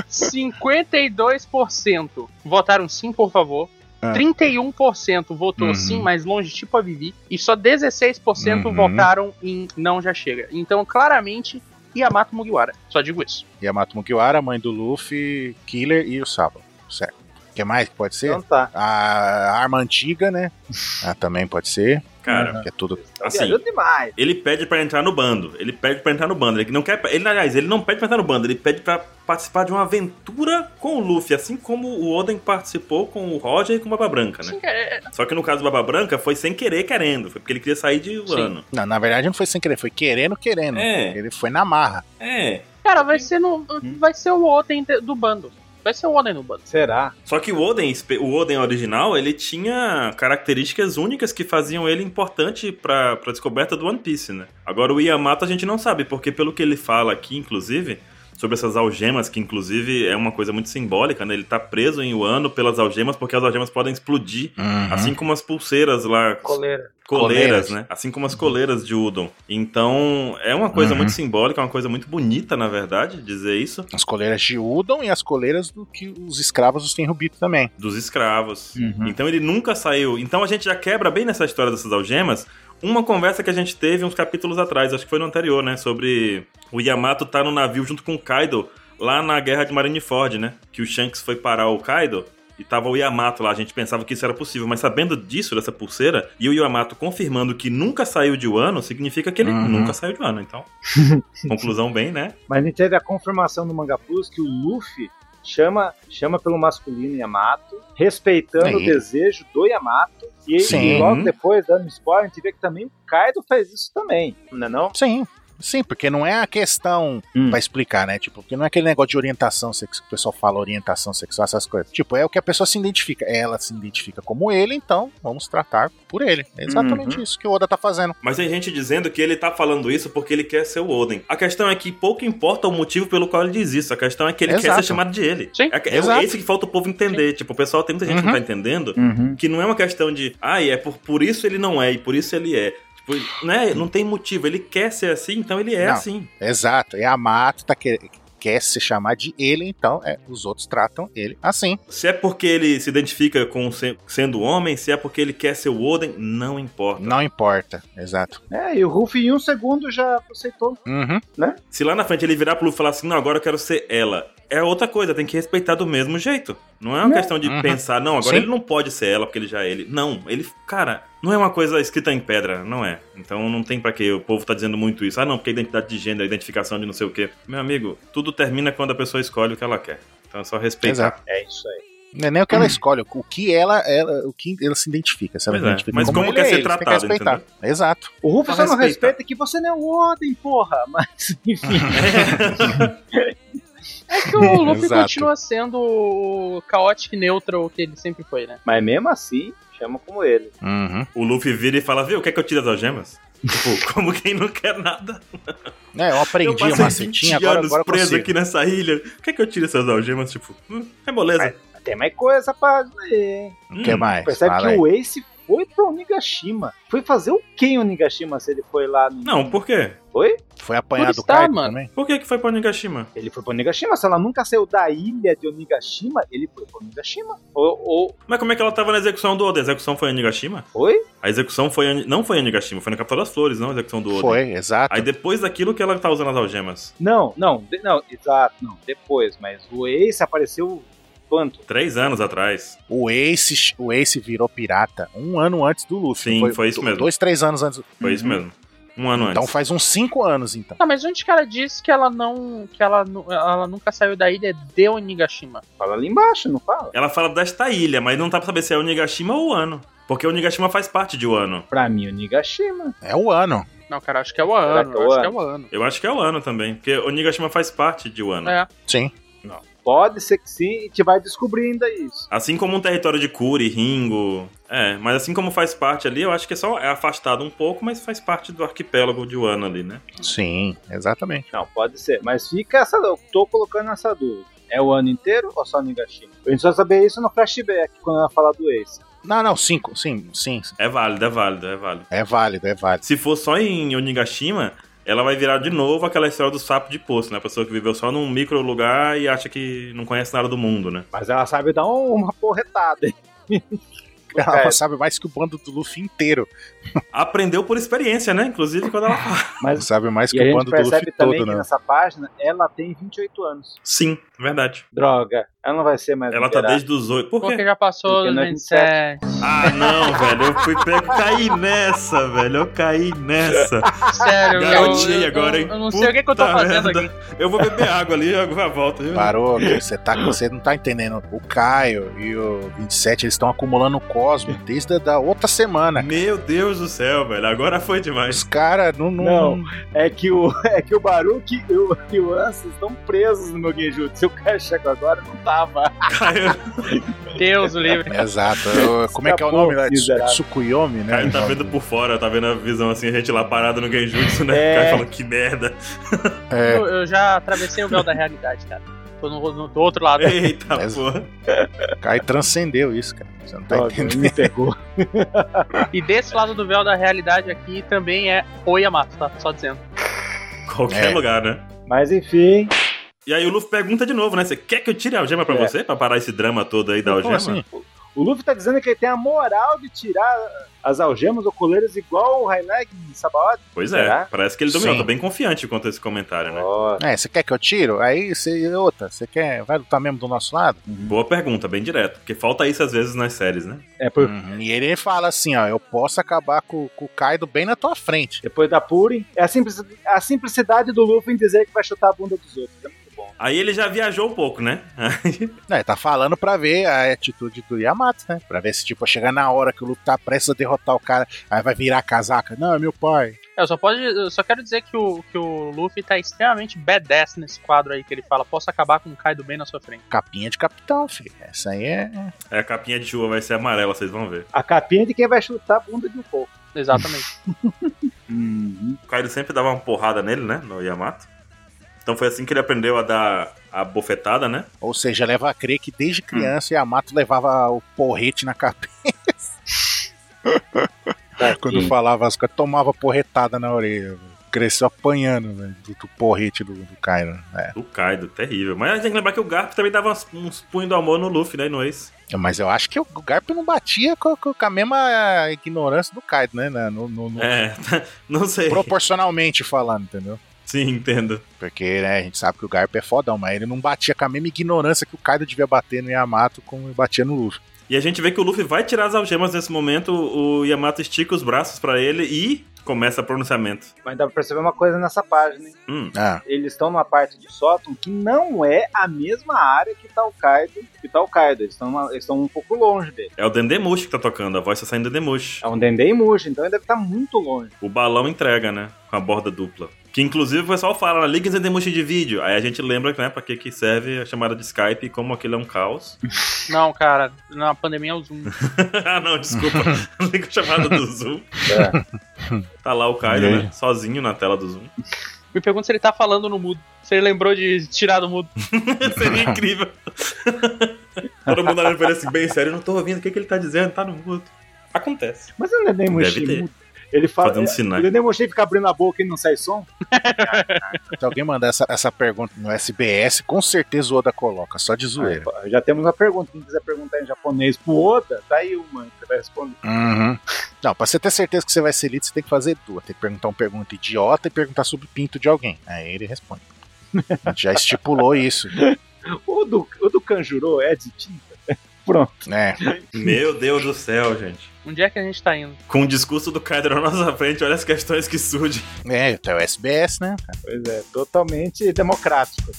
52% votaram sim, por favor. Ah. 31% votou Uhum. sim, mas longe, tipo a Vivi. E só 16% Uhum. votaram em não já chega. Então, claramente, Yamato Mugiwara. Só digo isso. Yamato Mugiwara, mãe do Luffy, Killer e o Saba. Certo. O que mais que pode ser? Então tá. A arma antiga, (laughs) né? Ah, também pode ser. Cara, Que é tudo. assim, Viajou demais. ele pede pra entrar no bando. Ele pede pra entrar no bando. Ele não quer. Ele, aliás, ele não pede pra entrar no bando. Ele pede pra participar de uma aventura com o Luffy, assim como o Oden participou com o Roger e com o Baba Branca, né? Sim, cara, é- Só que no caso do Baba Branca foi sem querer querendo. Foi porque ele queria sair de Sim. ano. Não, na verdade, não foi sem querer, foi querendo, querendo. É, Ele foi na marra. é. cara, vai ser, no, vai ser o Oden de- do bando. Vai ser o Oden do bando. Será? Só que o Oden, espe- o Oden original, ele tinha características únicas que faziam ele importante pra, pra descoberta do One Piece, né? Agora o Yamato a gente não sabe, porque pelo que ele fala aqui, inclusive, sobre essas algemas, que inclusive é uma coisa muito simbólica, né? Ele tá preso em Wano pelas algemas, porque as algemas podem explodir. Assim como as pulseiras lá, Coleira. coleiras, Coleiras. né? Assim como as coleiras de Udon. Então, é uma coisa Uhum. muito simbólica, uma coisa muito bonita, na verdade, dizer isso, As coleiras de Udon e as coleiras do que os escravos os Tenryubito também. dos escravos. Uhum. Então ele nunca saiu. Então a gente já quebra bem nessa história dessas algemas. Uma conversa que a gente teve uns capítulos atrás, acho que foi no anterior, né? Sobre o Yamato tá no navio junto com o Kaido lá na guerra de Marineford, né? Que o Shanks foi parar o Kaido e tava o Yamato lá. A gente pensava que isso era possível, mas sabendo disso, dessa pulseira, e o Yamato confirmando que nunca saiu de Wano, significa que ele Uhum. nunca saiu de Wano. (laughs) Então, conclusão bem, né? Mas a gente teve a confirmação no Manga Plus que o Luffy chama, chama pelo masculino Yamato, respeitando Sim. o desejo do Yamato. E Sim. logo depois, dando spoiler, a gente vê que também o Kaido faz isso também, não é não? Sim. Sim, porque não é a questão Hum. pra explicar, né? Tipo, porque não é aquele negócio de orientação sexual que o pessoal fala, orientação sexual, essas coisas. Tipo, é o que a pessoa se identifica. Ela se identifica como ele, então vamos tratar por ele. É Uhum. exatamente isso que o Oda tá fazendo. Mas tem gente dizendo que ele tá falando isso porque ele quer ser o Oden. A questão é que pouco importa o motivo pelo qual ele diz isso. A questão é que ele quer Exato. ser chamado de ele. Sim, É, é exato. Uhum. esse que falta o povo entender. Tipo, o pessoal tem muita gente que não tá entendendo que não é uma questão de, ah, é por, por isso ele não é e por isso ele é. Tipo, né? Não tem motivo. Ele quer ser assim, então ele é Não. assim. Exato. E a Mato tá que- quer se chamar de ele, então é, os outros tratam ele assim. Se é porque ele se identifica com se- sendo homem, se é porque ele quer ser o Oden, não importa. Não importa. Exato. É, e o Ruffy em um segundo já aceitou. Uhum. Se lá na frente ele virar pro Luffy e falar assim, não, agora eu quero ser ela, é outra coisa, tem que respeitar do mesmo jeito. Não é uma Não. questão de Uhum. pensar, não, agora Sim. ele não pode ser ela porque ele já é ele. Não, ele, cara, não é uma coisa escrita em pedra, não é. Então não tem pra que o povo tá dizendo muito isso. Ah, não, porque identidade de gênero, identificação de não sei o quê. Meu amigo, tudo termina quando a pessoa escolhe o que ela quer. Então é só respeitar. Exato. É isso aí. Não é nem o que ela escolhe, o que ela, ela- o que ela se identifica. Se ela Uhum. se Pois é, identifica mas como ele quer ser ele, você tem tratado, que respeitar. Exato. O Ruffy Só só não respeita. respeita que você não é o Oden, porra. (laughs) Mas, enfim. É (laughs) que o Luffy Exato. continua sendo o caótico e neutral que ele sempre foi, né? mas mesmo assim, chama como ele. Uhum. (laughs) O Luffy vira e fala, viu, quer que eu tire as algemas? Tipo, (laughs) como quem não quer nada. É, eu aprendi eu uma passei macetinha, 20 agora, anos agora eu preso consigo. aqui nessa ilha. Quer que eu tire essas algemas? Tipo, hum, é moleza. Mas tem mais coisa pra dizer, hein? O que Hum. mais? Percebe É, Fala que aí. o Ace foi pra Onigashima. Foi fazer o que em Onigashima se ele foi lá no... Não, por quê? Foi? Foi apanhado Por do estar, Kaido mano. também? Por que que foi pra Onigashima? Ele foi pra Onigashima. Se ela nunca saiu da ilha de Onigashima, ele foi pra Onigashima. Ou, ou Mas como é que ela tava na execução do Oden? A execução foi em Onigashima? foi? A execução foi em- não foi em Onigashima, foi na Capital das Flores, não a execução do Oden. Foi, exato. Aí depois daquilo que ela tá usando as algemas. Não, não, de- não, exato, não. Depois, mas o Ace apareceu quanto? Três anos atrás. O Ace, o Ace virou pirata um ano antes do Luffy. Sim, foi isso do- mesmo. Dois, três anos antes. Foi isso mesmo. Um ano Uhum. Então antes. faz uns cinco anos, então. Ah, mas onde que ela disse que ela não. que ela, nu- ela nunca saiu da ilha de Onigashima? Fala ali embaixo, não fala? Ela fala desta ilha, mas não dá pra saber se é Onigashima ou Wano. Porque Onigashima faz parte de Wano. Pra mim, Onigashima. É o ano. Não, cara, acho que é o Será ano. que é o Acho que é ano? o ano. Eu acho que é Wano também, porque Onigashima faz parte de Wano. É. Sim. Pode ser que sim, e a gente vai descobrindo ainda isso. Assim como um território de Kuri, Ringo. É, mas assim como faz parte ali, eu acho que é só é afastado um pouco, mas faz parte do arquipélago de Wano ali, né? Sim, exatamente. Não, pode ser. Mas fica essa. Eu tô colocando essa dúvida. É o ano inteiro ou só Onigashima? A gente só vai saber isso no flashback, quando ela falar do Ace. Não, não, cinco. Sim, sim. É válido, é válido, é válido. É válido, é válido. Se for só em Onigashima, ela vai virar de novo aquela história do sapo de poço, né? A pessoa que viveu só num micro lugar e acha que não conhece nada do mundo, né? Mas ela sabe dar um- uma porretada. (laughs) É, Ela tá Cara. sabe mais que o bando do Luffy inteiro. Aprendeu por experiência, né? Inclusive quando ela fala. Ela Mas sabe mais e que a o gente bando do percebe Luffy também todo, que né? nessa página ela tem 28 anos. Sim, verdade. Droga, ela não vai ser mais Ela tá liberada. desde os oito. Por Porque quê? já passou né, Porque dos não é 27. Ah, não, velho. Eu fui pego. Caí nessa, velho. Eu caí nessa. (laughs) Sério, eu- Garotinha eu, eu, agora, hein? Eu não sei o que, que eu tô Puta fazendo merda. aqui. Eu vou beber água ali e já volto. viu? Parou, você, tá, você não tá entendendo. O Caio e o 27, eles estão acumulando Cosmo desde a da outra semana. Meu Deus do céu, velho. Agora foi demais. (laughs) Os caras não, não, Não. É que o, (laughs) é que o Baruque e o, e o Ansys estão presos no meu Genjutsu. Se o cara chegou agora, não tava. Caiu, Deus o livre. Exato. Eu- como é que é o Escapou, nome lá? miserável. Tsukuyomi, né? Caio tá vendo por fora, tá vendo a visão assim, a gente lá parado no Genjutsu, né? É. O Caio falando que merda. É, Eu, eu já atravessei o véu da realidade, cara. Tô no, no- do outro lado. Eita Mas- porra. Caio transcendeu isso, cara. Você não tá Droga, entendendo. ele me pegou. E desse lado do véu da realidade aqui também é o Yamato, tá? Só dizendo. Qualquer É. lugar, né? Mas enfim, E aí o Luffy pergunta de novo, né? Você quer que eu tire a algema pra É. você? Pra parar esse drama todo aí da Como algema? assim? o Luffy tá dizendo que ele tem a moral de tirar as algemas ou coleiras igual o Highlight em Sabaody. Pois é, Será? Uhum. parece que ele dominou. Sim. Tô bem confiante quanto a esse comentário, né? Ó, É, você quer que eu tiro? Aí você. Outra, você quer. Vai lutar mesmo do nosso lado? Boa pergunta, bem direto. Porque falta isso às vezes nas séries, né? É por- Uhum. E ele fala assim, ó, eu posso acabar com, com o Kaido bem na tua frente. Depois da Puri. É a, simples- a simplicidade do Luffy em dizer que vai chutar a bunda dos outros. É muito bom. Aí ele já viajou um pouco, né? Não, ele tá falando pra ver a atitude do Yamato, né? Pra ver se, tipo, vai chegar na hora que o Luffy tá prestes a derrotar o cara, aí vai virar a casaca. Não, é meu pai. Eu só, pode, eu só quero dizer que o, que o Luffy tá extremamente badass nesse quadro aí que ele fala: posso acabar com o Kaido bem na sua frente. Capinha de capitão, filho. Essa aí é. É, a capinha de chuva vai ser amarela, vocês vão ver. A capinha de quem vai chutar a bunda de um pouco. Exatamente. O Kaido sempre dava uma porrada nele, né? No Yamato. Então foi assim que ele aprendeu a dar a bofetada, né? Ou seja, leva a crer que desde criança Yamato levava o porrete na cabeça. Quando falava as coisas, tomava porretada na orelha. velho. Cresceu apanhando velho, do, do porrete do, do Kaido. É. Do Kaido, terrível. Mas tem que lembrar que o Garp também dava uns, uns punhos do amor no Luffy, né? E no Ace. Mas eu acho que o Garp não batia com, com- com a mesma ignorância do Kaido, né? na- no- no- no- É, (laughs) não sei. Proporcionalmente falando, entendeu? Sim, entendo. Porque, né, a gente sabe que o Garp é fodão, mas ele não batia com a mesma ignorância que o Kaido devia bater no Yamato como ele batia no Luffy. E a gente vê que o Luffy vai tirar as algemas nesse momento. O Yamato estica os braços pra ele e começa o pronunciamento. Mas dá pra perceber uma coisa nessa página, hein? Hum, Ah, Eles estão numa parte do sótão que não é a mesma área que tá o Kaido. Que tá o Kaido. Eles estão uma- eles estão um pouco longe dele. é o Dendemushi que tá tocando, a voz tá saindo do Dendemushi. É um Dendê Mushi, então ele deve estar muito longe. O balão entrega, né? Com a borda dupla. Que inclusive o pessoal fala, né, liga em Zendemushi de vídeo. Aí a gente lembra, né, pra que, que serve a chamada de Skype e como aquilo é um caos. (laughs) Não, cara, na pandemia é o Zoom. ah, não, desculpa. (laughs) liga a chamada do Zoom. Tá lá o Kaido, É. E aí? né? Sozinho na tela do Zoom. (laughs) Me pergunto se ele tá falando no mudo. Se ele lembrou de tirar do mudo. Seria incrível. (laughs) Todo mundo olhando pra ele assim, bem sério, eu não tô ouvindo o que, que ele tá dizendo, tá no mudo. Acontece. Mas o Dendê Deve Mushi. ter. Ele fala. É, Fazendo O sinais. Dendê Mushi fica abrindo a boca e não sai som? se alguém mandar essa, essa pergunta no SBS, com certeza o Oda coloca, só de zoeira. Ah, Já temos uma pergunta. Quem quiser perguntar em japonês pro Oda, tá aí uma que você vai responder. Uhum. Não, pra você ter certeza que você vai ser lido, você tem que fazer duas. Tem que perguntar uma pergunta idiota e perguntar sobre o pinto de alguém. Aí ele responde. (laughs) A gente já estipulou isso, O do, o do Kanjuro é de tinta? Pronto. né? Meu Deus do céu, gente. Onde é que a gente tá indo? Com o discurso do Kaido na nossa frente, olha as questões que surgem. É, até o SBS, né? Pois é, totalmente democrático.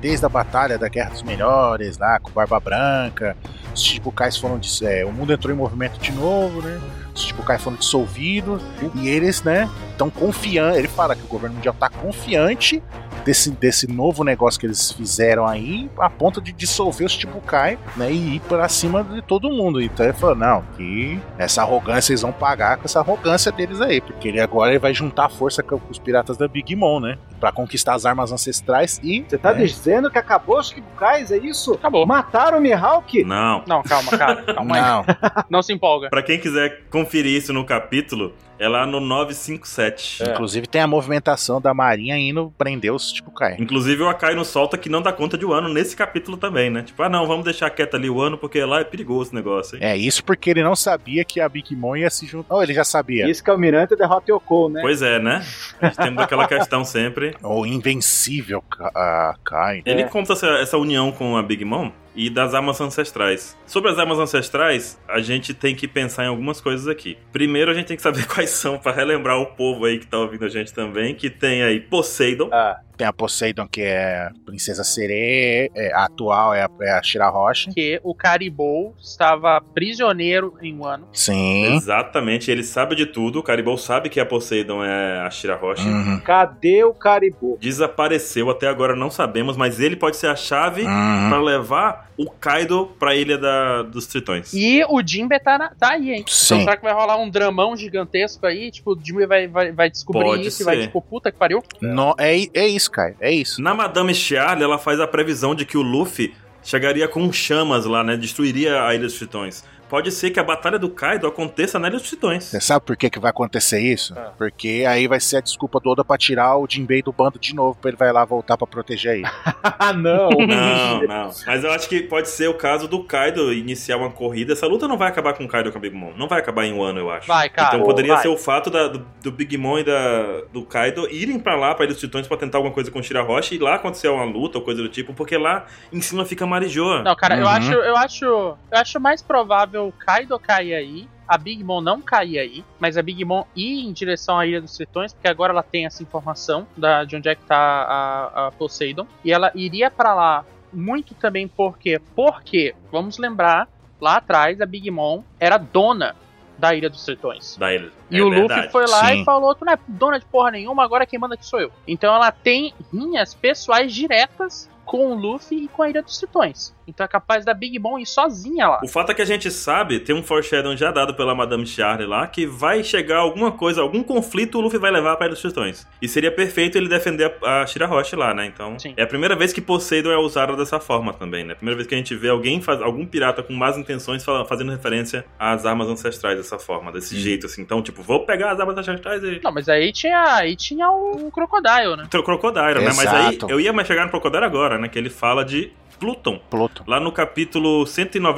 Desde a batalha da Guerra dos Melhores, lá com Barba Branca, os Chichibukais foram. dis- é, o mundo entrou em movimento de novo, né? Os Chichibukais foram dissolvidos e eles, né, estão confiantes. Ele fala que o governo mundial tá confiante desse, desse novo negócio que eles fizeram aí, a ponto de dissolver os Chichibukai, né, e ir pra cima de todo mundo. Então ele falou: não, que essa arrogância eles vão pagar com essa arrogância deles aí, porque ele agora ele vai juntar a força com os piratas da Big Mom, né, Pra conquistar as armas ancestrais e. Você tá né, dizendo que acabou os Kibukais, é isso? Acabou. Mataram o Mihawk? Não. Não, calma, cara. Calma aí. Não, Não se empolga. Pra quem quiser conferir isso no capítulo, É lá no 957. É. Inclusive tem a movimentação da Marinha indo prender os tipo Kai. Inclusive o Akai não solta que não dá conta de Wano nesse capítulo também, né? Tipo, ah não, vamos deixar quieto ali o ano porque lá é perigoso o negócio, hein? É isso porque ele não sabia que a Big Mom ia se juntar. Ou ele já sabia. Isso que é o Mirante derrota Yoko, né? Pois é, né? A gente tem aquela questão sempre. Ou invencível Ka- a Kai. Ele É. conta essa, essa união com a Big Mom e das armas ancestrais. Sobre as armas ancestrais, a gente tem que pensar em algumas coisas aqui. Primeiro, a gente tem que saber (laughs) quais são, pra relembrar o povo aí que tá ouvindo a gente também, que tem aí Poseidon, Ah, Tem a Poseidon, que é Princesa Sereia, é, a atual é a, é a Shira Roche. Que o Caribou estava prisioneiro em um Wano. Sim. Exatamente, ele sabe de tudo. O Caribou sabe que a Poseidon é a Shira Roche. Uhum. cadê o Caribou? Desapareceu, até agora não sabemos, mas ele pode ser a chave Uhum. pra levar o Kaido pra ilha da, dos Tritões. E o Jimbe tá, na- tá aí, hein? Sim. Então será que vai rolar um dramão gigantesco aí? Tipo, o Jimbe vai, vai, vai descobrir Pode isso e vai ser. tipo, puta que pariu. No- é, i- é isso, Kai. É isso. Na Madame Chiarle, ela faz a previsão de que o Luffy chegaria com chamas lá, né? Destruiria a Ilha dos Tritões. Pode ser que a Batalha do Kaido aconteça na Ilha dos Tritões. Você sabe por que, que vai acontecer isso? Ah. Porque aí vai ser a desculpa do Oda pra tirar o Jinbei do bando de novo, pra ele vai lá voltar pra proteger ele. (laughs) Ah, não. Não, não. Mas eu acho que pode ser o caso do Kaido iniciar uma corrida. Essa luta não vai acabar com o Kaido e com a Big Mom. Não vai acabar em um ano, eu acho. Vai, cara. Então poderia vai. ser o fato da- do, do Big Mom e da, do Kaido irem pra lá, pra Ilha dos Tritões, pra tentar alguma coisa com o Shirahoshi e lá acontecer uma luta ou coisa do tipo, porque lá em cima fica Marijoa. Não, cara, eu Uhum. acho, eu acho. Eu acho mais provável o Kaido cair aí. A Big Mom não cair aí, mas a Big Mom ir em direção à Ilha dos Tritões, porque agora ela tem essa informação da, de onde é que tá a, a Poseidon. E ela iria pra lá muito também porque. Porque, vamos lembrar, lá atrás a Big Mom era dona da Ilha dos Tritões. Da ilha. E É o Luffy verdade. foi lá Sim. e falou: Tu não é dona de porra nenhuma, agora quem manda aqui sou eu. Então ela tem linhas pessoais diretas com o Luffy e com a Ilha dos Tritões. Então é capaz da Big Mom ir sozinha lá. O fato é que a gente sabe, tem um foreshadowing já dado pela Madame Charlie lá, que vai chegar alguma coisa, algum conflito, o Luffy vai levar para dos Tritões. E seria perfeito ele defender a, a Shirahoshi lá, né? Então, Sim. é a primeira vez que Poseidon é usado dessa forma também, né? Primeira vez que a gente vê alguém, faz, algum pirata com más intenções fala- fazendo referência às armas ancestrais dessa forma, desse jeito, assim. Então, tipo, vou pegar as armas ancestrais e... Não, mas aí tinha, aí tinha o Crocodile, né? Tro- Crocodile, né? Mas aí, Exato. eu ia mais chegar no Crocodile agora, né? Que ele fala de Pluton. Pluto. Lá no capítulo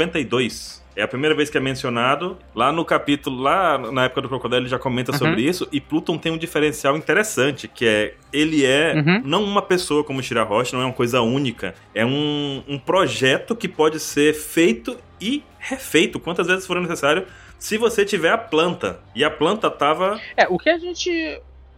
192. É a primeira vez que é mencionado. Lá no capítulo, lá na época do Crocodile, ele já comenta Uhum. sobre isso. E Pluton tem um diferencial interessante, que é... Ele é Uhum. não uma pessoa como Shirahoshi, não é uma coisa única. É um, um projeto que pode ser feito e refeito, quantas vezes for necessário, se você tiver a planta. E a planta tava... É, o que a gente.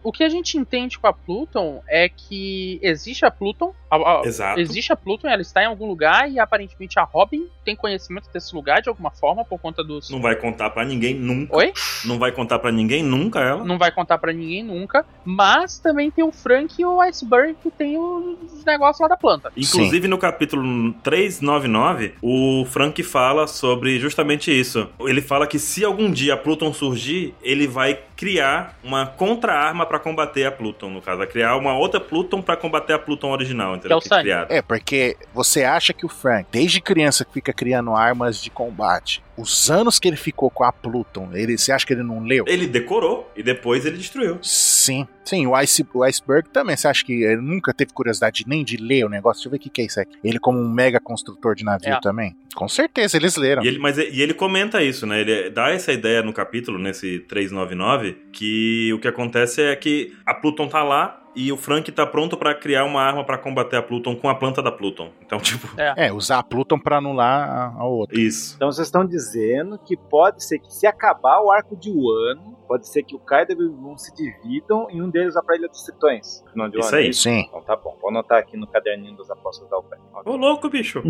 O que a gente entende com a Pluton é que existe a Pluton. a- a- Exato. Existe a Pluton, ela está em algum lugar e aparentemente a Robin tem conhecimento desse lugar de alguma forma por conta dos. Não vai contar pra ninguém nunca. Oi? Não vai contar pra ninguém nunca ela. não vai contar pra ninguém nunca. Mas também tem o Frank e o Iceberg que tem os negócios lá da planta. Inclusive no capítulo 399, o Frank fala sobre justamente isso. Ele fala que se algum dia a Pluton surgir, ele vai criar uma contra-arma pra combater a Pluton, no caso, vai criar uma outra Pluton pra combater a Pluton original, entendeu? Que é o Sunny. criada. É, porque você acha que o Frank, desde criança que fica criando armas de combate, os anos que ele ficou com a Pluton, ele, você acha que ele não leu? Ele decorou e depois ele destruiu. Sim. Sim, o, Ice- o Iceberg também. Você acha que ele nunca teve curiosidade nem de ler o negócio? Deixa eu ver o que, que é isso aqui. Ele, como um mega construtor de navio É. também? Com certeza, eles leram. E ele, mas, é, e ele comenta isso, né? Ele dá essa ideia no capítulo, nesse 399, que o que acontece é que a Pluton tá lá e o Frank tá pronto pra criar uma arma pra combater a Pluton com a planta da Pluton. Então, (laughs) tipo, É, usar a Pluton pra anular a, a outra. isso. Então vocês estão dizendo que pode ser que se acabar o arco de Wano, pode ser que o Kaido e o Big Mom se dividam e um deles vá pra Ilha dos Tritões. Não, de Isso Wano, aí. é Sim. Então tá bom, vou anotar aqui no caderninho das apostas da UPEC. Ô, louco, bicho.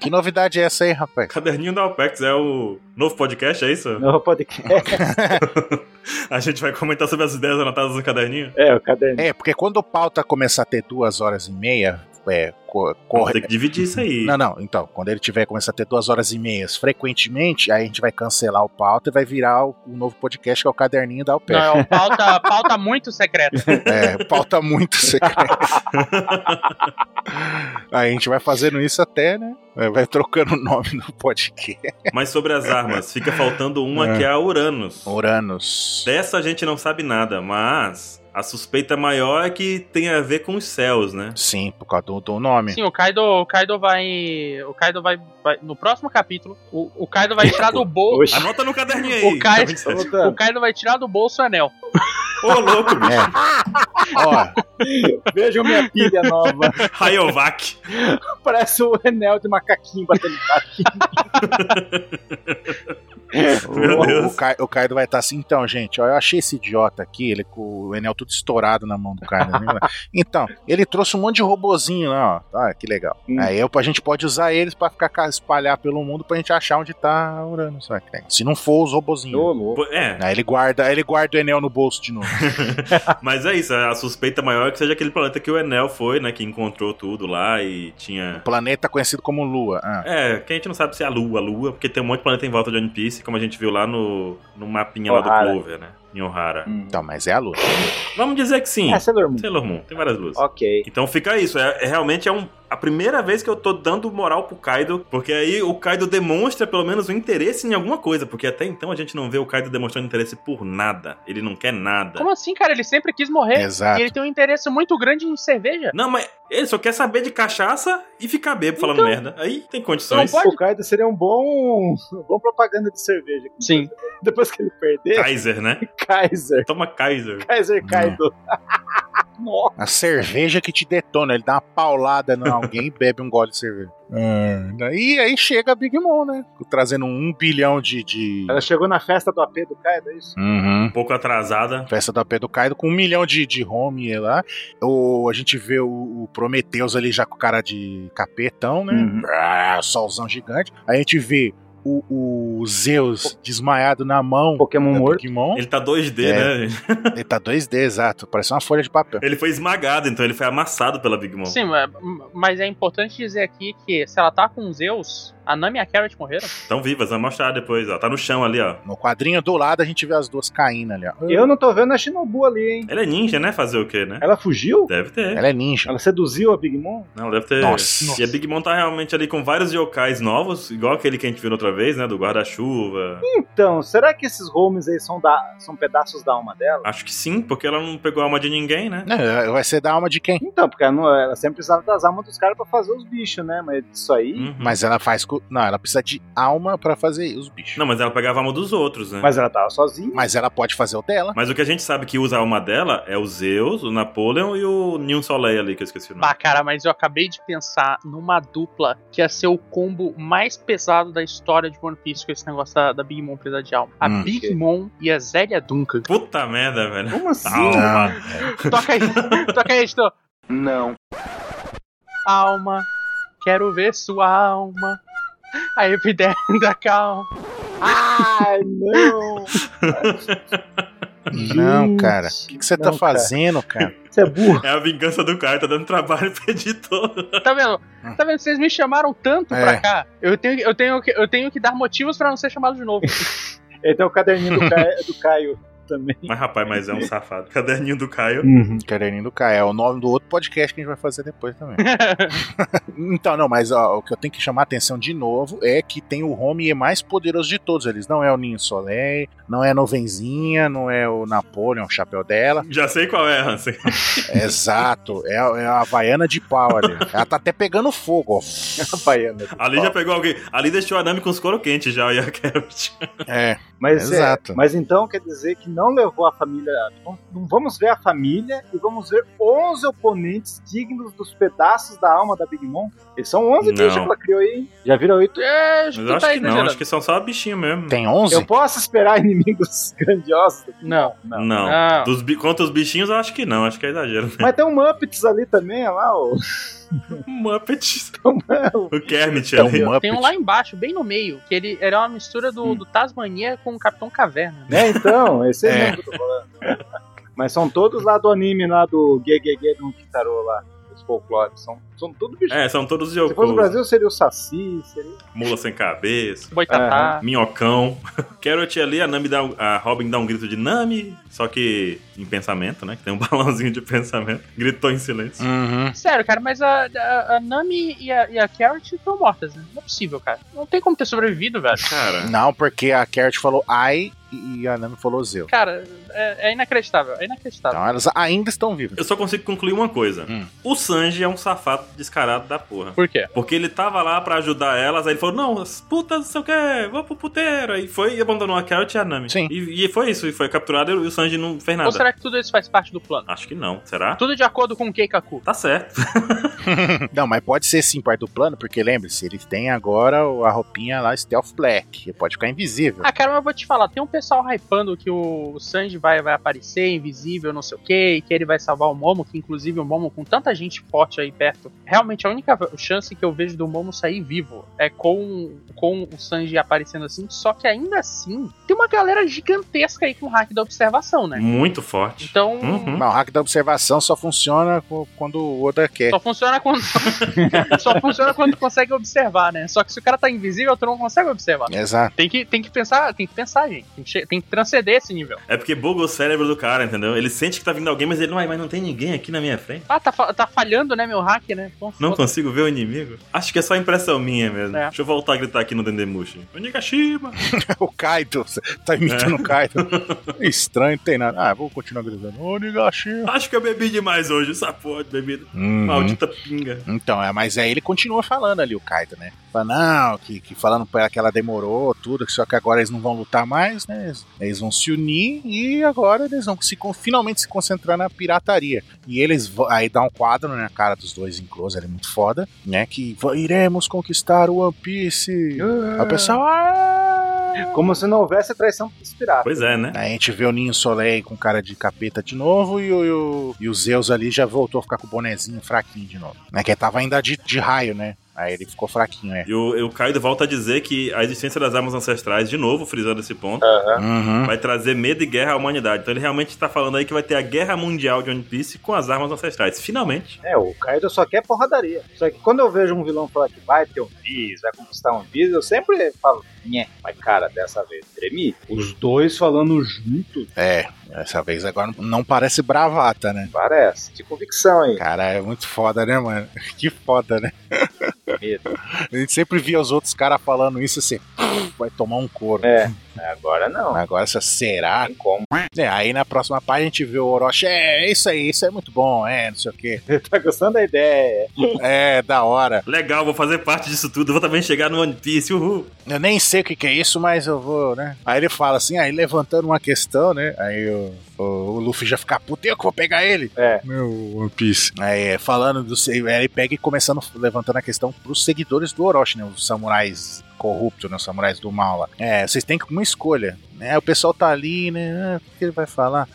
Que novidade é essa aí, rapaz? Caderninho da Alpex é o novo podcast, é isso? Não, pode A gente vai comentar sobre as ideias anotadas no caderninho? É, o caderninho. tá É, porque quando o pauta começar a ter duas horas e meia, é, co- Vamos corre. ter que dividir isso aí. Não, não. Então, quando ele tiver começar a ter duas horas e meias frequentemente, aí a gente vai cancelar o pauta e vai virar o, o novo podcast que é o caderninho da Alpé. Não, é um pauta, pauta muito secreta. É, pauta muito secreta. Aí a gente vai fazendo isso até, né? Vai vai trocando o nome do podcast. Mas sobre as armas, fica faltando uma É. que é a Uranus. Uranus. Dessa a gente não sabe nada, mas a suspeita maior é que tem a ver com os céus, né? Sim, por causa do, do (laughs) nome. Sim, o Kaido, o Kaido vai. O Kaido vai. vai- no próximo capítulo, o, o Kaido vai tirar do bolso. Oxe, Anota no caderninho aí. O Kaido, tô o voltando. Kaido vai tirar do bolso o anel. Ô, louco, bicho. É. Ó, Vejam minha pilha nova. É. Rayovac. Parece o Enel de macaquinho batendo aqui. Meu o, Deus. o, Kai- o Kaido vai estar assim, então, gente, ó, eu achei esse idiota aqui, ele com o Enel tudo estourado na mão do Kaido. né? Então, ele trouxe um monte de robozinho lá, ó. Ah, que legal. Hum. Aí eu, a gente pode usar eles pra ficar ca- espalhar pelo mundo pra gente achar onde tá a Uranus. né? Se não for os robozinhos. Ô, louco. Pô, É, Aí ele guarda, aí ele guarda o Enel no bolso de novo. mas é isso. A suspeita maior é que seja aquele planeta que o Enel foi, né? Que encontrou tudo lá e tinha. Planeta conhecido como Lua. Ah. É, que a gente não sabe se é a Lua, a Lua, porque tem um monte de planeta em volta de One Piece, como a gente viu lá no, no mapinha lá do Ohara. Clover, né? Em Ohara. Tá Então, mas é a Lua. Vamos dizer que sim. É Sailor Moon. Sailor Moon, tem várias luzes. Ok. Então fica isso, é, é realmente é um, a primeira vez que eu tô dando moral pro Kaido, porque aí o Kaido demonstra pelo menos um interesse em alguma coisa, porque até então a gente não vê o Kaido demonstrando interesse por nada, ele não quer nada. Como assim, cara? Ele sempre quis morrer. É. E Exato. ele tem um interesse muito grande em cerveja. Não, mas ele só quer saber de cachaça e ficar bebo falando Então- merda. Aí tem condições. Não pode- O Kaido seria um bom, um bom propaganda de cerveja. Sim. Depois que ele perder, Kaiser, né? Kaiser. Toma Kaiser. Kaiser Kaido. (laughs) Nossa. A cerveja que te detona. Ele dá uma paulada em alguém e bebe um gole de cerveja. É. E aí chega a Big Mom, né? Trazendo um bilhão de. de... Ela chegou na festa do AP do Kaido, é isso? Uhum. Um pouco atrasada. Festa da Pedro Kaido com um milhão de, de home lá. O, a gente vê o, o Prometheus ali já com cara de capetão, né? Uhum. Ah, solzão gigante. Aí a gente vê o, o Zeus desmaiado na mão Pokémon da um morto. Big Mom. Ele tá 2D, É. né? gente? Ele tá 2D, exato. Parece uma folha de papel. Ele foi esmagado, então ele foi amassado pela Big Mom. Sim, mas- mas é importante dizer aqui que se ela tá com Zeus, a Nami e a Carrot morreram. Estão vivas, vai Então mostrar depois, ó. Tá no chão ali, ó. No quadrinho do lado a gente vê as duas caindo ali, ó. Eu não tô vendo a Shinobu ali, hein? Ela é ninja, né? Fazer o quê, né? Ela fugiu? Deve ter. Ela é ninja. Ela seduziu a Big Mom? Não, deve ter. Nossa. E a Big Mom tá realmente ali com vários yokais novos, igual aquele que a gente viu na outra vez, né? Do guarda-chuva. Então, será que esses homes aí são, da, são pedaços da alma dela? Acho que sim, porque ela não pegou a alma de ninguém, né? Não, vai ser da alma de quem? Hum. Então, porque ela, não- ela sempre precisava das almas dos caras pra fazer os bichos, né? Mas isso aí. Uhum. Mas ela faz. co- Não, ela precisa de alma pra fazer os bichos. Não, mas ela pegava a alma dos outros, né? Mas... Mas ela tava sozinha. Mas ela pode fazer o dela. o que a gente sabe que usa a alma dela é o Zeus, o Napoleon e o Nil Soleil ali, que eu esqueci o nome. Bah, Ah, cara, mas eu acabei de pensar numa dupla que ia ser o combo mais pesado da história de One Piece com esse negócio da, da Big Mom pesada de alma. A Hum. Big Mom e a Zélia Duncan. Puta merda, velho. Como assim? Alma. Toca aí, (laughs) toca aí, estou. Não. Alma, quero ver sua alma. A epiderme da calma. Ai, não! Não, cara. O que, que você tá Não, cara. fazendo, (laughs) cara? Você é burro. É a vingança do cara, tá dando trabalho (laughs) pro editor. Tá vendo? Tá vendo? Vocês me chamaram tanto É. pra cá. Eu tenho, eu, tenho que, eu tenho que dar motivos pra não ser chamado (laughs) de novo. Ele tem o caderninho do, Ca... do Caio também. Mas rapaz, mas é um safado. Caderninho do Caio. Caderninho do Caio. É o nome do outro podcast que a gente vai fazer depois (laughs) também. então, não, mas ó, o que eu tenho que chamar a atenção de novo é que tem o Homie mais poderoso de todos eles. Não é o Ninho Soleil, não é a Novenzinha, não é o Napoleon, o chapéu (laughs) dela. Já sei qual é, Hansen. Exato. É, a- é a Havaiana de pau ali. Ela tá até pegando fogo, (laughs) ó. Baiana. Ali já pegou alguém. Ali deixou a Nami com os couro quente já, e a (laughs) Carrot. É. Mas, é- Exato. mas então quer dizer que não levou a família. Não, não vamos ver a família e vamos ver 11 oponentes dignos dos pedaços da alma da Big Mom. Eles são 11 Não. bichos que ela criou aí. hein? Já viram 8? é, acho Mas que eu acho tá que não, exagerando. acho que são só bichinho mesmo. Tem 11? Eu posso esperar (laughs) inimigos grandiosos? Não. Não. Não. Dos bi- Quanto aos bichinhos, eu acho que não, acho que é exagero. (laughs) Mas tem um Muppets ali também, olha lá, o, Muppet. O Kermit Tem um ali. Muppet. Tem um lá embaixo, bem no meio, que ele era uma mistura do, do Tasmania com o Capitão Caverna. né? Então, esse é, É. mesmo que eu tô falando. Mas são todos lá do anime, lá do Gegege no Kitaro lá. dos folclores. São, são tudo bichos. É, são todos Se fosse Yoko. o Brasil, seria o Saci, seria. Mula sem cabeça. Boitatá. Minhocão. (laughs) Carrot ali, a, Nami dá, um- a Robin dá um grito de Nami, só que em pensamento, né? Que tem um (laughs) balãozinho de pensamento. Gritou em Hum. silêncio. Uhum. Sério, cara, mas a, a- a Nami e a, e a Carrot estão mortas, né? Não é possível, cara. Não tem como ter sobrevivido, velho. Cara, Não, porque a Carrot falou ai e a Nami falou Zeu. Cara, é, é inacreditável, é inacreditável. Então elas ainda estão (laughs) vivas. eu só consigo concluir uma coisa. Hum. O Sanji é um safado descarado da porra. Por quê? Porque ele tava lá pra ajudar elas, aí ele falou, não, as putas, não sei o que, vou pro puteiro. Aí foi e abandonou a Carrot e a Nami. Sim. E, e foi isso, e foi capturado e o Sanji não fez nada. Ou será que tudo isso faz parte do plano? Acho que não, será? Tudo de acordo com o Keikaku. Tá certo. Não, mas pode ser sim parte do plano, porque lembre-se, ele tem agora o- a roupinha lá Stealth Black, que pode ficar invisível. Ah, cara, mas eu vou te falar, tem um pessoal hypando que o Sanji vai, vai aparecer, invisível, não sei o quê, e que ele vai salvar o Momo, que inclusive o Momo, com tanta gente forte aí perto, realmente a única chance que eu vejo do Momo sair vivo é com, com o Sanji aparecendo assim, só que ainda assim, tem uma galera gigantesca aí com o hack da observação, né? Muito forte. Então, Uhum. Mas o hack da observação só funciona co- quando o Oda quer. Só funciona quando. (laughs) só funciona quando tu consegue observar, né? Só que se o cara tá invisível, tu não consegue observar. Exato. (laughs) Tem que, tem que pensar, tem que pensar, gente. Tem que, che- tem que transcender esse nível. É porque buga o cérebro do cara, entendeu? Ele sente que tá vindo alguém, mas ele não, "Ai, mas não tem ninguém aqui na minha frente. Ah, tá, fa- tá falhando, né, meu hack, né? Pô, Não foda- consigo ver o inimigo. Acho que é só impressão minha mesmo. É. Deixa eu voltar a gritar aqui no Dendemushi. Onigashima! O Kaido, você tá imitando o (laughs) Kaido. Estranho, não tem nada. Ah, vou continuar gritando. Ô, Nigashima. Acho que eu bebi demais hoje, essa porra de bebida. Uhum. Maldita pinga. Então, é, mas aí ele continua falando ali, o Kaido, né? Fala, não, que, que falando pra ela que ela demorou, tudo, que só que agora eles não vão lutar mais, né? Eles, eles vão se unir e agora eles vão se, con- finalmente se concentrar na pirataria. E eles vão- aí dá um quadro na cara dos dois em close, ele é muito foda, né? Que "Va- iremos conquistar o One Piece. Aí o pessoal. "Ah!" Como se não houvesse a traição dos piratas. Pois é, né? Aí a gente vê o Ninho Soleil com cara de capeta de novo e o, e o- e o Zeus ali já voltou a ficar com o bonezinho fraquinho de novo. Né? Que ele tava ainda de, de raio, né? Aí ele ficou fraquinho, é. E o, o Kaido volta a dizer que a existência das armas ancestrais, de novo, frisando esse ponto, Uhum. vai trazer medo e guerra à humanidade. Então ele realmente tá falando aí que vai ter a guerra mundial de One Piece com as armas ancestrais. Finalmente. É, o Kaido só quer porradaria. Só que quando eu vejo um vilão falar que vai ter um bis, vai conquistar um bis, eu sempre falo, nhé. Mas cara, dessa vez tremi. Os dois falando junto, É, dessa vez agora não parece bravata, né? parece. De convicção aí. Cara, é muito foda, né, mano? (laughs) Que foda, né? Medo. A gente sempre via os outros caras falando isso assim, vai tomar um couro. É, agora não. Agora, essa será? Tem como. É, aí na próxima página a gente vê o Orochi, é, isso aí, isso é muito bom, é, não sei o quê. (laughs) Tá gostando da ideia? É, da hora. Legal, vou fazer parte disso tudo, vou também chegar no One Piece, uhul. Eu nem sei o que, que é isso, mas eu vou, né? Aí ele fala assim, aí levantando uma questão, né? Aí o, o, o Luffy já fica puto, eu que vou pegar ele. É. Meu One Piece. É, falando do. Ele pega e começando, levantando a questão pros seguidores do Orochi, né? Os samurais corruptos, né? Os samurais do mal lá. É, vocês têm uma escolha. Né? O pessoal tá ali, né? Ah, O que que ele vai falar?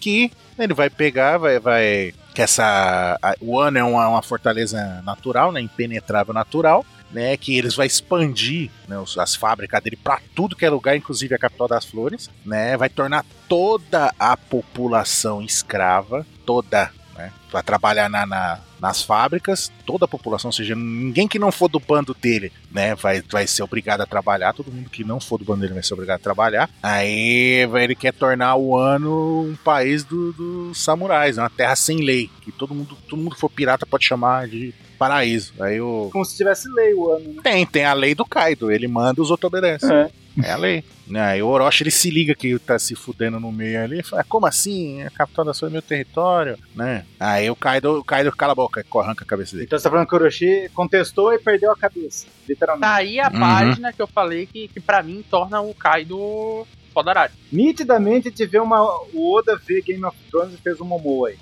Que ele vai pegar, vai. vai que essa. a- o Ano é uma, uma fortaleza natural, né? Impenetrável natural. Né, que eles vão expandir né, os- as fábricas dele pra tudo que é lugar, inclusive a capital das flores, né? Vai tornar toda a população escrava, toda, né, para trabalhar na, na- nas fábricas, toda a população, ou seja, ninguém que não for do bando dele, né, vai, vai ser obrigado a trabalhar, todo mundo que não for do bando dele vai ser obrigado a trabalhar. Aí vai- ele quer tornar o ano um país do- dos samurais, uma terra sem lei, que todo mundo, todo mundo que for pirata pode chamar de paraíso. Aí o Como se tivesse lei o ano. tem, tem a lei do Kaido, ele manda os outros obedecem. É. É a lei. Né? E o Orochi ele se liga que tá se fudendo no meio ali. e Fala, como assim? A capital da sua é meu território, né? Aí o Kaido, o Kaido cala a boca, arranca a cabeça dele. Então você tá falando que o Orochi contestou e perdeu a cabeça. Literalmente. Tá aí a Uhum. página que eu falei que, que pra mim torna o Kaido fodarado. Nitidamente te vê uma. O Oda vê Game of Thrones e fez um Momo aí.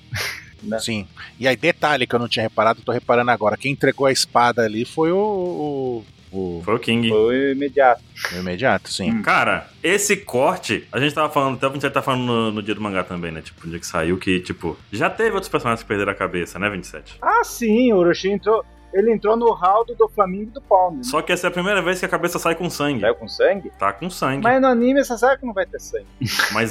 Sim. E aí, detalhe que eu não tinha reparado, tô reparando agora. Quem entregou a espada ali foi o. O, o- Foi o King. Foi imediato. o imediato, sim. Cara, esse corte, a gente tava falando, até a gente tá falando no, no dia do mangá também, né? Tipo, no dia que saiu, que, tipo, já teve outros personagens que perderam a cabeça, né, 27? Ah, sim, o Orochi entrou. Ele entrou no round do Flamengo e do Palme. né? Só que essa é a primeira vez que a cabeça sai com sangue. É. Saiu com sangue? Tá com sangue. Mas, Mas no anime você sabe que não vai ter sangue.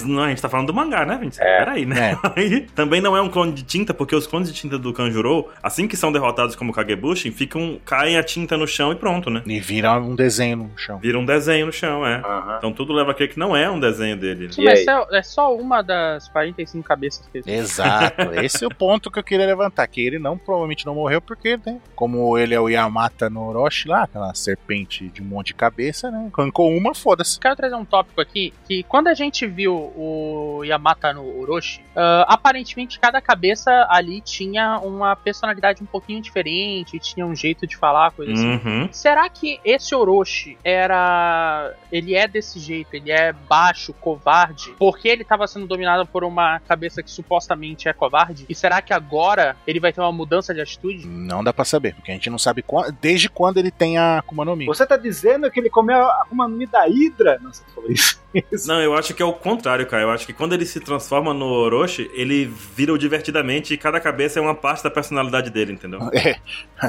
não, a gente tá falando do mangá, né, Vinícius? É. Peraí, né? (laughs) Aí, também não é um clone de tinta, porque os clones de tinta do Kanjuro, assim que são derrotados como Kagebushin, ficam, caem a tinta no chão e pronto, né? E vira um desenho no chão. Vira um desenho no chão, é. Aham. Então tudo leva a crer que não é um desenho dele. né? Isso, E mas aí? é, é só uma das 45 cabeças que ele Exato, esse é o ponto que eu queria levantar, que ele não provavelmente não morreu porque, né, como ele é o Yamata no Orochi lá, aquela serpente de um monte de cabeça, né, arrancou uma, foda-se. Quero trazer um tópico aqui que quando a gente viu o Yamata no Orochi, ah, aparentemente cada cabeça ali tinha uma personalidade um pouquinho diferente, tinha um jeito de falar, coisa assim. Uhum. Será que esse Orochi era. Ele é desse jeito, ele é baixo, covarde, porque ele estava sendo dominado por uma cabeça que supostamente é covarde? E será que agora ele vai ter uma mudança de atitude? Não dá pra saber, porque a gente não sabe qua- desde quando ele tem a Akuma no Mi. Você tá dizendo que ele comeu a Akuma no Mi da Hydra? Nossa, você falou isso. Não, eu acho que é o contrário, cara. Eu acho que quando ele se transforma no Orochi, ele vira o divertidamente e cada cabeça é uma parte da personalidade dele, entendeu? É,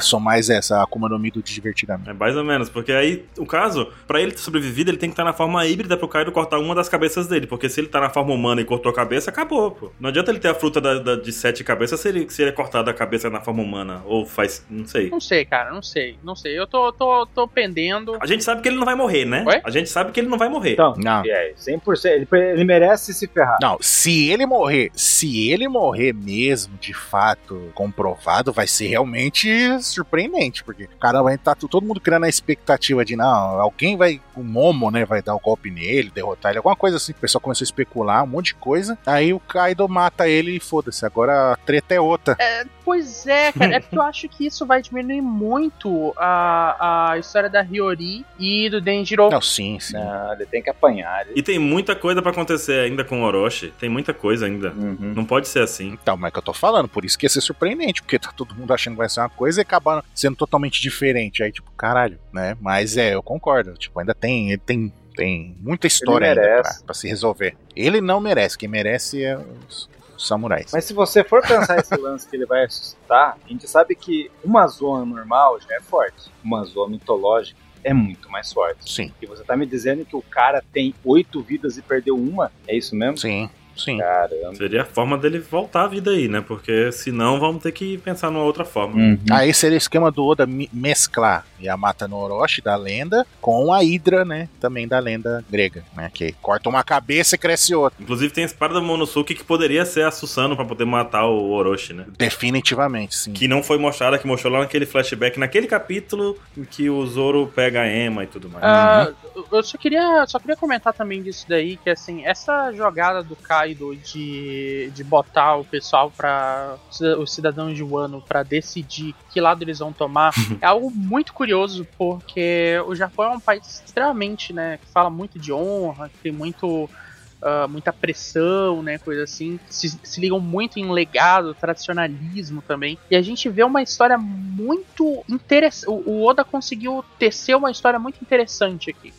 só mais essa, a Akuma no Mi do divertidamente. É mais ou menos, porque aí, o caso, pra ele ter sobrevivido, ele tem que estar na forma híbrida pro Kaido cortar uma das cabeças dele. Porque se ele tá na forma humana e cortou a cabeça, acabou, pô. Não adianta ele ter a fruta da- da- de sete cabeças se ele, se ele é cortado a cabeça na forma humana. Ou faz. não sei. Não sei, cara, não sei, não sei. Eu tô, tô, tô pendendo. A gente sabe que ele não vai morrer, né? Oi? A gente sabe que ele não vai morrer. Então, Não. e aí? 100%. Ele, ele merece se ferrar. Não, se ele morrer, se ele morrer mesmo, de fato, comprovado, vai ser realmente surpreendente, porque o cara vai estar todo mundo criando a expectativa de, não, alguém vai, o Momo, né, vai dar um golpe nele, derrotar ele, alguma coisa assim. O pessoal começou a especular, um monte de coisa, aí o Kaido mata ele e foda-se, agora a treta é outra. Pois é, cara, é porque eu acho que isso vai diminuir muito a, a história da Hiyori e do Denjiro. Não, sim, sim. Não, ele tem que apanhar. ele- E tem muita coisa pra acontecer ainda com o Orochi. Tem muita coisa ainda. Uhum. Não pode ser assim. Então, mas é que eu tô falando, por isso que ia ser surpreendente, porque tá todo mundo achando que vai ser uma coisa e acabaram sendo totalmente diferente. Aí, tipo, caralho, né? Mas é, eu concordo. Tipo, ainda tem, ele tem, tem muita história ainda merece. pra, pra se resolver. Ele não merece, quem merece é os, os samurais. Mas se você for pensar esse (laughs) lance que ele vai ressuscitar, a gente sabe que uma zona normal já é forte. Uma zona mitológica é muito mais forte. Sim, E você tá me dizendo que o cara tem oito vidas e perdeu uma? É isso mesmo? sim, sim. É. Caramba. Seria a forma dele voltar à vida aí, né? Porque senão vamos ter que pensar numa outra forma. Hum. Aí seria o esquema do Oda mi- mesclar Yamata no Orochi da lenda com a Hidra, né? Também da lenda grega, né? Que corta uma cabeça e cresce outra. Inclusive tem a espada do Monosuke que poderia ser a Susano pra poder matar o Orochi, né? Definitivamente, sim. Que não foi mostrada, que mostrou lá naquele flashback, naquele capítulo em que o Zoro pega a Emma e tudo mais. Ah, eu só queria, só queria comentar também disso daí, que assim, essa jogada do Kaido de, de botar o pessoal para os cidadãos de Wano pra decidir que lado eles vão tomar, é algo muito curioso, porque o Japão é um país extremamente, né, que fala muito de honra, que tem muito ah, muita pressão, né, coisa assim. Se, se ligam muito em legado, tradicionalismo também. E a gente vê uma história muito interessante. O Oda conseguiu tecer uma história muito interessante aqui.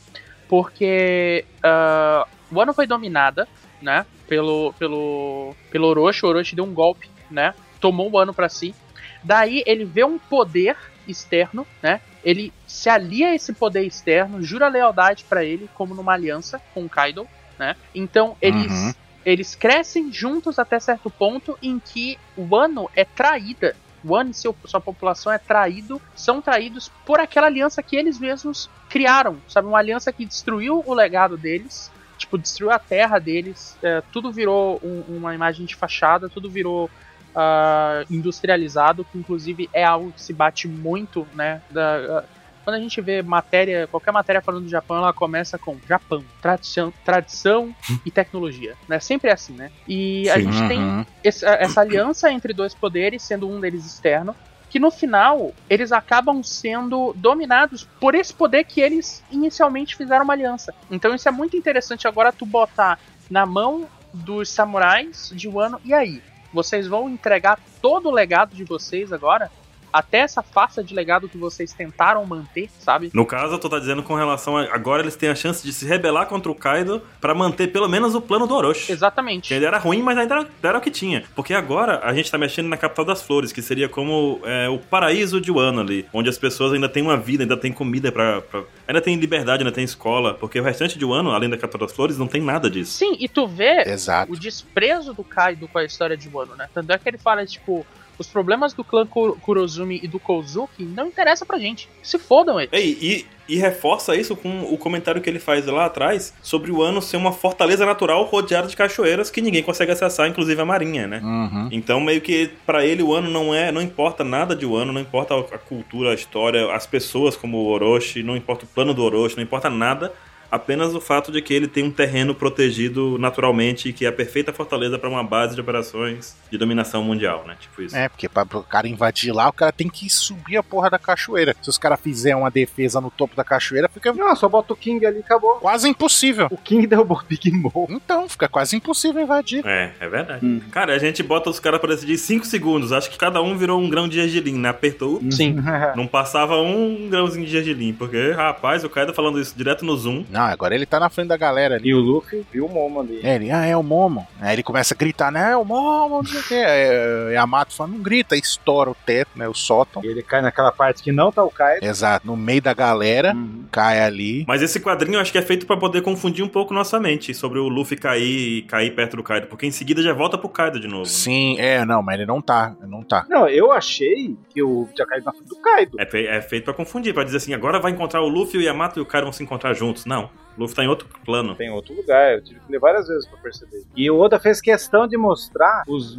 Porque ah, o ano foi dominada, né, pelo, pelo, pelo Orochi. O Orochi deu um golpe, né, tomou o ano pra si. Daí ele vê um poder externo, né, ele se alia a esse poder externo, jura lealdade pra ele, como numa aliança com o Kaido né? Então eles Uhum. eles crescem juntos até certo ponto em que o ano é traída. O ano e seu- sua população é traído, são traídos por aquela aliança que eles mesmos criaram, sabe? Uma aliança que destruiu o legado deles, tipo, destruiu a terra deles, é, tudo virou um- uma imagem de fachada, tudo virou ah, industrializado, que inclusive é algo que se bate muito, né? da- quando a gente vê matéria, qualquer matéria falando do Japão, ela começa com Japão, tradição, tradição e tecnologia, né? Sempre é assim, né? E a Sim. gente tem Uhum. esse- essa aliança entre dois poderes, sendo um deles externo, que no final eles acabam sendo dominados por esse poder que eles inicialmente fizeram uma aliança. Então isso é muito interessante agora tu botar na mão dos samurais de Wano e aí, vocês vão entregar todo o legado de vocês agora? até essa farsa de legado que vocês tentaram manter, sabe? No caso, eu tô tá dizendo com relação a. Agora eles têm a chance de se rebelar contra o Kaido pra manter pelo menos o plano do Orochi. Que Exatamente. ele é era ruim, mas ainda era, era o que tinha. Porque agora a gente tá mexendo na capital das flores, que seria como é, o paraíso de Wano ali, onde as pessoas ainda têm uma vida, ainda tem comida pra, pra- Ainda tem liberdade, ainda tem escola. Porque o restante de Wano, além da capital das flores, não tem nada disso. Sim, e tu É, vê Exato. o desprezo do Kaido com a história de Wano, né? Tanto é que ele fala, tipo, os problemas do clã Kuro- Kurozumi e do Kozuki não interessam pra gente. Se fodam eles. Ei, e, e reforça isso com o comentário que ele faz lá atrás sobre o ano ser uma fortaleza natural rodeada de cachoeiras que ninguém consegue acessar, inclusive a marinha, né? Uhum. Então, meio que pra ele o ano não é, não importa nada de o ano, não importa a cultura, a história, as pessoas como o Orochi, não importa o plano do Orochi, não importa nada, apenas o fato de que ele tem um terreno protegido naturalmente e que é a perfeita fortaleza pra uma base de operações de dominação mundial, né? Tipo isso. É, porque pra o cara invadir lá, o cara tem que subir a porra da cachoeira. Se os caras fizerem uma defesa no topo da cachoeira, fica Não, só bota o King ali e acabou. quase impossível. O King (laughs) derrubou o Big Mom. Então, fica quase impossível invadir. É, é verdade. Hum. Cara, a gente bota os caras pra decidir 5 segundos. Acho que cada um virou um grão de gergelim, né? Apertou. Sim. Não passava um grãozinho de gergelim. Porque, rapaz, o cara tá falando isso direto no Zoom. Não, agora ele tá na frente da galera ali. (laughs) E o Luffy viu o Momo ali. É, Ele, ah, é o Momo. Aí ele começa a gritar, né? É o Momo, não sei o quê. É, é, a Mato fala, não grita, aí estoura o teto, né? O sótão. E ele cai naquela parte que não tá o Kaido. Exato, no meio da galera, Uhum. cai ali. Mas esse quadrinho eu acho que é feito pra poder confundir um pouco nossa mente sobre o Luffy cair e cair perto do Kaido. Porque em seguida já volta pro Kaido de novo. né? Sim, é, não, mas ele não tá, não tá. Não, eu achei que o Luffy tinha caído na frente do Kaido. É, fe- é feito pra confundir, pra dizer assim, agora vai encontrar o Luffy, o Yamato e o Kaido vão se encontrar juntos. Não, o Luffy tá em outro plano. Tem outro lugar, eu tive que ler várias vezes pra perceber. E o Oda fez questão de mostrar os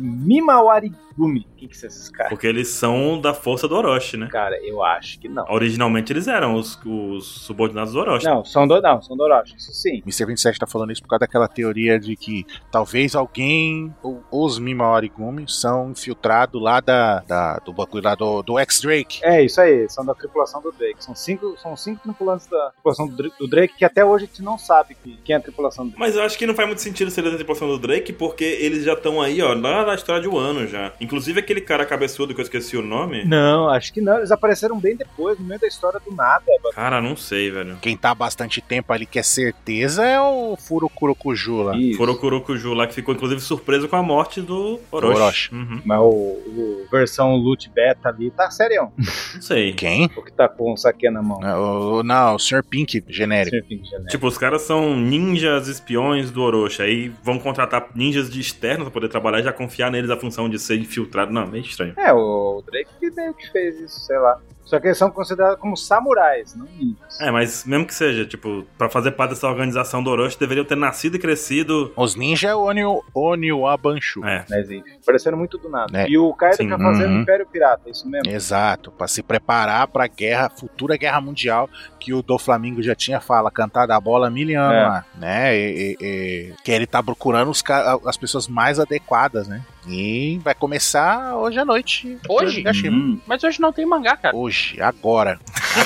Mimawarigumi. O que, que são esses caras? Porque eles são da força do Orochi, né? Cara, eu acho que não. Originalmente eles eram os, os subordinados do Orochi. Não, são do, não, são do Orochi, isso sim. Mr. 27 tá falando isso por causa daquela teoria de que talvez alguém, ou os Mimaorigumi, são infiltrados lá da, da- do bagulho lá do, do X-Drake. É, isso aí, são da tripulação do Drake. São cinco, são cinco tripulantes da tripulação do Drake, do Drake que até hoje a gente não sabe que- quem é a tripulação do Drake. Mas eu acho que não faz muito sentido ser da tripulação do Drake, porque eles já estão aí, ó, lá na história de um ano já. Inclusive aquele cara cabeçudo que eu esqueci o nome. Não, acho que não. Eles apareceram bem depois, no meio da história do nada. Cara, não sei, velho. Quem tá há bastante tempo ali, que é certeza, é o Furukurokuju lá. Isso. Kurokurokuju lá, que ficou inclusive surpreso com a morte do Orochi. Orochi. Uhum. Mas o, o versão loot beta ali tá serião. Não sei. Quem? O que tá com o saque na mão. Ah, o- o- Não, o Sr. Pink, genérico. Enfim, genérico. Tipo, os caras são ninjas espiões do Orochi. Aí vão contratar ninjas de externo pra poder trabalhar e já confiar neles a função de ser infiltrado. Não, meio estranho. É, o Drake que meio que fez isso, sei lá. Só que eles são considerados como samurais, não ninjas. É, mas mesmo que seja, tipo, pra fazer parte dessa organização do Orochi, deveriam ter nascido e crescido. Os ninja é o Onyu, Onyuwa Banshu. É. (laughs) Mas enfim, apareceram Né, muito do nada. É. E o Kaido Sim. tá fazendo Uhum. Império Pirata, é isso mesmo? Exato, pra se preparar pra guerra, futura guerra mundial, que o do Flamengo já tinha fala, cantar da bola milhão, É. lá, né? E- e- e- que ele tá procurando os ca- as pessoas mais adequadas, né? E vai começar hoje à noite. Hoje? Higashima. Uhum. Mas hoje não tem mangá, cara. Hoje, agora.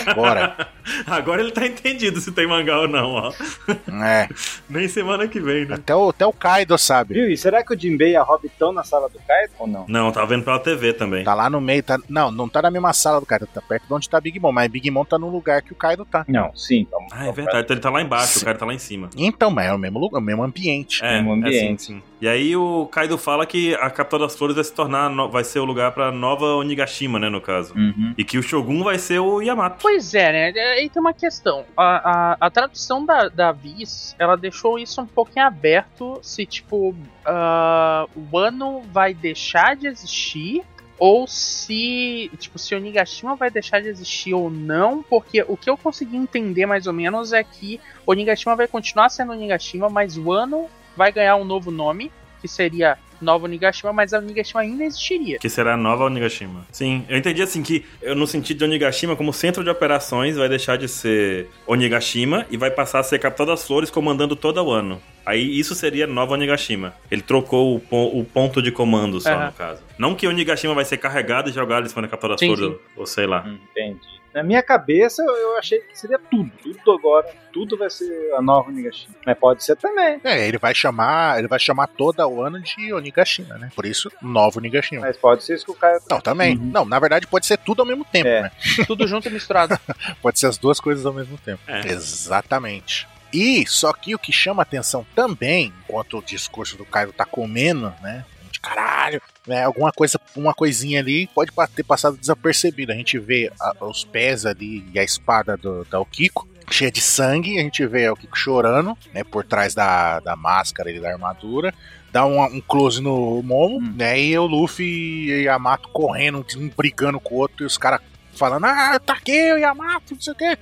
Agora. (laughs) Agora ele tá entendido se tem mangá ou não, ó. é. Nem semana que vem, né? Até o, até o Kaido sabe. Viu? E será que o Jinbei e a Robin estão na sala do Kaido ou não? Não, tá vendo pela TV também. Tá lá no meio, tá. Não, não tá na mesma sala do Kaido, tá perto de onde tá Big Mom, mas Big Mom tá no lugar que o Kaido tá. Não, sim. Tá, Ah, é verdade. Então ele tá lá embaixo, o cara tá lá em cima. Então, mas é o mesmo lugar, o mesmo ambiente. É, No ambiente. é sim, sim. E aí o Kaido fala que a capital das flores vai se tornar, no- vai ser o lugar pra nova Onigashima, né, no caso. Uhum. E que o Shogun vai ser o Yamato. Pois é, né? Aí tem uma questão. A, a, a tradução da, da Viz, ela deixou isso um pouco em aberto se, tipo, ah, o ano vai deixar de existir ou se, tipo, se Onigashima vai deixar de existir ou não, porque o que eu consegui entender mais ou menos é que Onigashima vai continuar sendo Onigashima, mas o ano vai ganhar um novo nome, que seria Nova Onigashima, mas a Onigashima ainda existiria. Que será a nova Onigashima. Sim, eu entendi assim que, eu, no sentido de Onigashima, como centro de operações, vai deixar de ser Onigashima e vai passar a ser capital das flores, comandando toda o ano. Aí isso seria nova Onigashima. Ele trocou o, pon- o ponto de comando só, Aham. no caso. Não que Onigashima vai ser carregado e jogado em cima da capital das Sim, flores, sim. ou sei lá. Uhum. Entendi. Na minha cabeça, eu- eu achei que seria tudo. Tudo agora. Tudo vai ser a nova Onigashima. Mas pode ser também. É, ele vai chamar, ele vai chamar toda o ano de Onigashima, né? Por isso, nova Onigashima. Mas pode ser isso que o cara. Não, também. Não, na verdade pode ser tudo ao mesmo tempo, É. né? Tudo junto e misturado. Pode ser as duas coisas ao mesmo tempo. É. Exatamente. E só que o que chama atenção também, enquanto o discurso do Caio tá comendo, né? De caralho, né? Alguma coisa, uma coisinha ali pode pa- ter passado desapercebida. A gente vê a- os pés ali e a espada do, da Okiko cheia de sangue. A gente vê a Okiko chorando, né? Por trás da, da máscara e da armadura. Dá um, um close no Momo, né? E o Luffy e Yamato correndo, um brigando com o outro, e os caras falando, ah, tá aqui o Yamato, não sei o quê.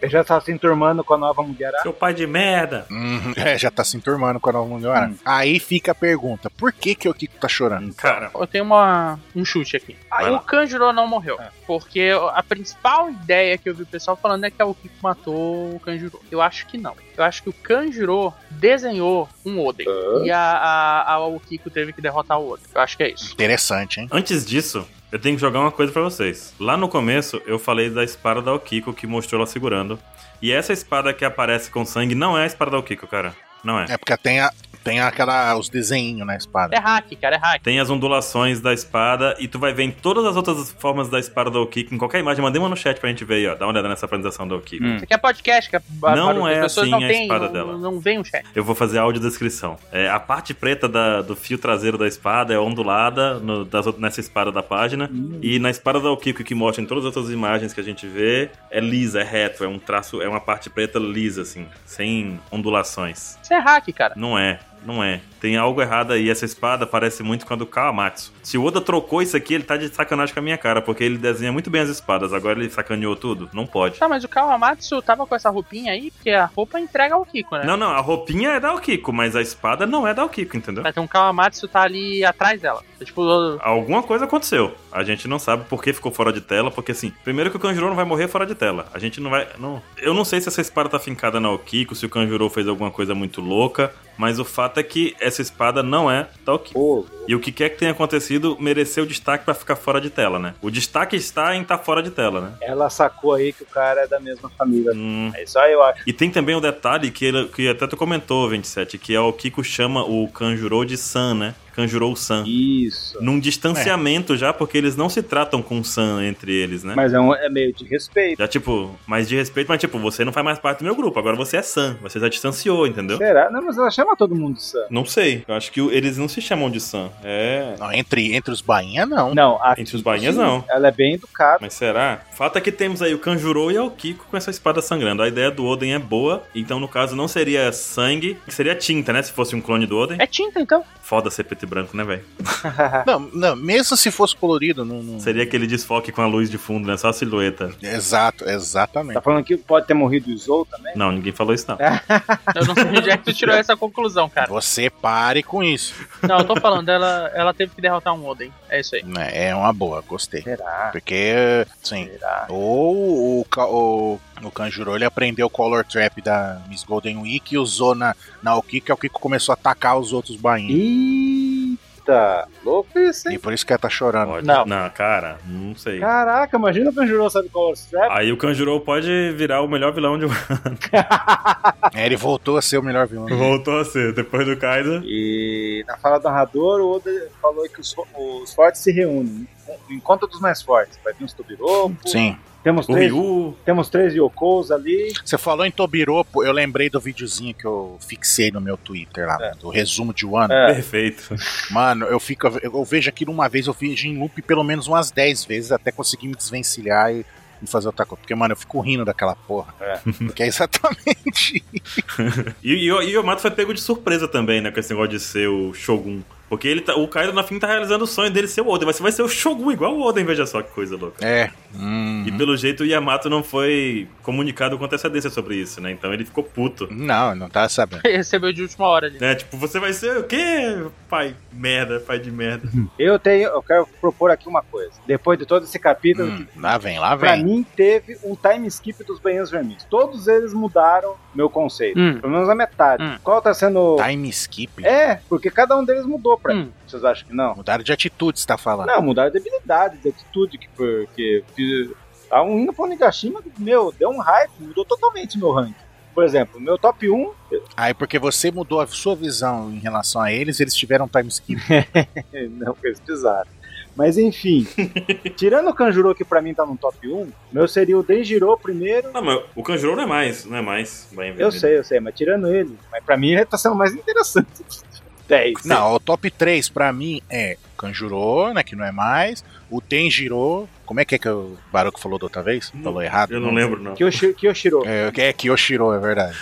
Ele já tá se enturmando com a nova Mugiará. Seu pai de merda. Hum, é, já tá se enturmando com a nova mulher. Aí fica a pergunta: por que que o Kiko tá chorando? Cara, Eu tenho uma, um chute aqui. Vai Aí lá. É. o Kanjuro não morreu. Porque a principal ideia que eu vi o pessoal falando é que a Okiko matou o Kanjuro. Eu acho que não. Eu acho que o Kanjuro desenhou um Oden. Uhum. E a, a, a Okiko teve que derrotar o Oden. Eu acho que é isso. Interessante, hein? Antes disso, eu tenho que jogar uma coisa pra vocês. Lá no começo, eu falei da espada da Okiko que mostrou ela segurando. E essa espada que aparece com sangue não é a espada da Okiko, cara. Não é. É porque tem, a, tem aquela, os desenhinhos na espada. É hack, cara, é hack. Tem as ondulações da espada e tu vai ver em todas as outras formas da espada da Okiko, em qualquer imagem. Mandei uma no chat pra gente ver aí, ó. Dá uma olhada nessa apresentação da Okiko. Isso aqui é podcast, que é ba- Não barulho, é as pessoas assim não a têm, espada não, dela. Não vem o chat. Eu vou fazer a audiodescrição. É, a parte preta da- do fio traseiro da espada é ondulada no- das outras- nessa espada da página. E na espada da Okiko, que mostra em todas as outras imagens que a gente vê, é lisa, é reto, é um traço, é uma parte preta lisa, assim, sem ondulações. Isso é hack, cara. Não é, não é. Tem algo errado aí. Essa espada parece muito com a do Kawamatsu. Se o Oda trocou isso aqui, ele tá de sacanagem com a minha cara, porque ele desenha muito bem as espadas. Agora ele sacaneou tudo? Não pode. Tá, mas o Kawamatsu tava com essa roupinha aí, porque a roupa entrega ao Kiko, né? Não, não, a roupinha é da Okiko, mas a espada não é da Okiko, entendeu? Mas tem um Kawamatsu tá ali atrás dela. É Tipo, o- Alguma coisa aconteceu. A gente não sabe por que ficou fora de tela, porque assim, primeiro que o Kanjuro não vai morrer fora de tela. A gente não vai. Não. Eu não sei se essa espada tá fincada na Okiko, se o Kanjuro fez alguma coisa muito louca, mas o fato é que essa espada não é da Okiko. Pô, E o que quer que tenha acontecido mereceu destaque pra ficar fora de tela, né? O destaque está em estar fora de tela, né? ela sacou aí que o cara é da mesma família. Hum. É isso aí, eu acho. E tem também um detalhe que, ele- que até tu comentou, 27, que é o Kiko chama o Kanjuro de San, né? Kanjuro San. Isso. Num distanciamento já, porque eles não se tratam com San entre eles, né? Mas é, um, é meio de respeito. Já, tipo, mais de respeito, mas tipo, você não faz mais parte do meu grupo, agora você é San. Você já distanciou, entendeu? Será? Não, mas ela chama todo mundo de Sam. Não sei. Eu acho que o- eles não se chamam de San. É. Não, entre, entre os bainha, não. Não, a, Entre os bainhas, não. ela é bem educada. Mas será? Fato é que temos aí o Kanjuro e o Kiko com essa espada sangrando. A ideia do Oden é boa, então no caso não seria sangue, seria tinta, né? Se fosse um clone do Oden. é tinta, então. Foda ser preto e branco, né, velho? Não, não, mesmo se fosse colorido, não. não- Seria aquele desfoque com a luz de fundo, né? Só a silhueta. Exato, Tá exatamente. falando que pode ter morrido o Zou também? Não, ninguém falou isso, não. Eu não sei onde é que tu (laughs) tirou essa conclusão, cara. Você pare com isso. Não, eu tô falando, ela, ela teve que derrotar um Oden. É isso aí. (laughs) né? É uma boa, gostei. Será? Porque, sim. Será? Ou o, Ca- o, o Kanjuro ele aprendeu o Color Trap da Miss Golden Week e usou na, na Okiko, que é o Kiko começou a atacar os outros bainhas. Eita! Louco isso, E hein? por isso que ela tá chorando. Pode- Não. cara, não sei. Caraca, imagina o Kanjuro sabe Color Strap. Aí o Kanjuro pode virar o melhor vilão de um- É, ele voltou a ser o melhor vilão. (laughs) Voltou a ser, depois do Kaiser. E na fala do narrador, o Oda falou que os, os fortes se reúnem. Encontra dos mais fortes. Vai vir uns Tobiropo. Sim. Temos O três, Ryu. temos três Yokos ali. Você falou em Tobiropo, eu lembrei do videozinho que eu fixei no meu Twitter lá, do resumo de Wano. É. Perfeito. Mano, eu fico, eu vejo aquilo uma vez, eu vejo em loop pelo menos umas 10 vezes até conseguir me desvencilhar e e fazer outra coisa. Porque, mano, eu fico rindo daquela porra. É. (laughs) Porque é exatamente. E, e, o- e o Yamato foi pego de surpresa também, né? Com esse negócio de ser o Shogun. Porque ele tá, o Kaido, na fim, tá realizando o sonho dele ser o Oden. Mas você vai ser o Shogun igual o Oden, veja só que coisa louca. É. Hum. E Uhum. pelo jeito o Yamato não foi comunicado com antecedência sobre isso, né? Então ele ficou puto. Não, não tá sabendo. Recebeu de última hora ali. Né? Tipo, você vai ser o quê? Pai merda, pai de merda. Eu tenho. Eu quero propor aqui uma coisa. Depois de todo esse capítulo, Hum, lá vem, lá Pra vem. mim, teve um time skip dos banheiros vermelhos. Todos eles mudaram meu conceito. Hum. Pelo menos a metade. Hum. Qual tá sendo. Time skip. É, porque cada um deles mudou pra mim. Hum. Vocês acham que não? Mudaram de atitude, você tá falando. Não, mudaram de habilidade, de atitude, que, porque Tá um indo pra Onigashima, meu, deu um hype, mudou totalmente meu ranking. Por exemplo, meu top 1, Aí, porque você mudou a sua visão em relação a eles, eles tiveram um time skip. É, Não, (laughs) eles pisaram. Mas (laughs) enfim, tirando o Kanjuro que pra mim tá no top 1, meu seria o Denjiro primeiro. Não, mas o Kanjuro não é mais, não é mais. Bahia Eu Vermelha. sei, eu sei, mas tirando ele, mas pra mim ele tá sendo mais interessante. (laughs) 10. Não, o top 3 pra mim é Kanjuro, né, que não é mais, o Tenjiro, como é que é que o Baruco falou da outra vez? Não, Falou errado? Hum, Eu não lembro, não. Kyoshi- Kyoshiro. É, é Kyoshiro, é (laughs) verdade.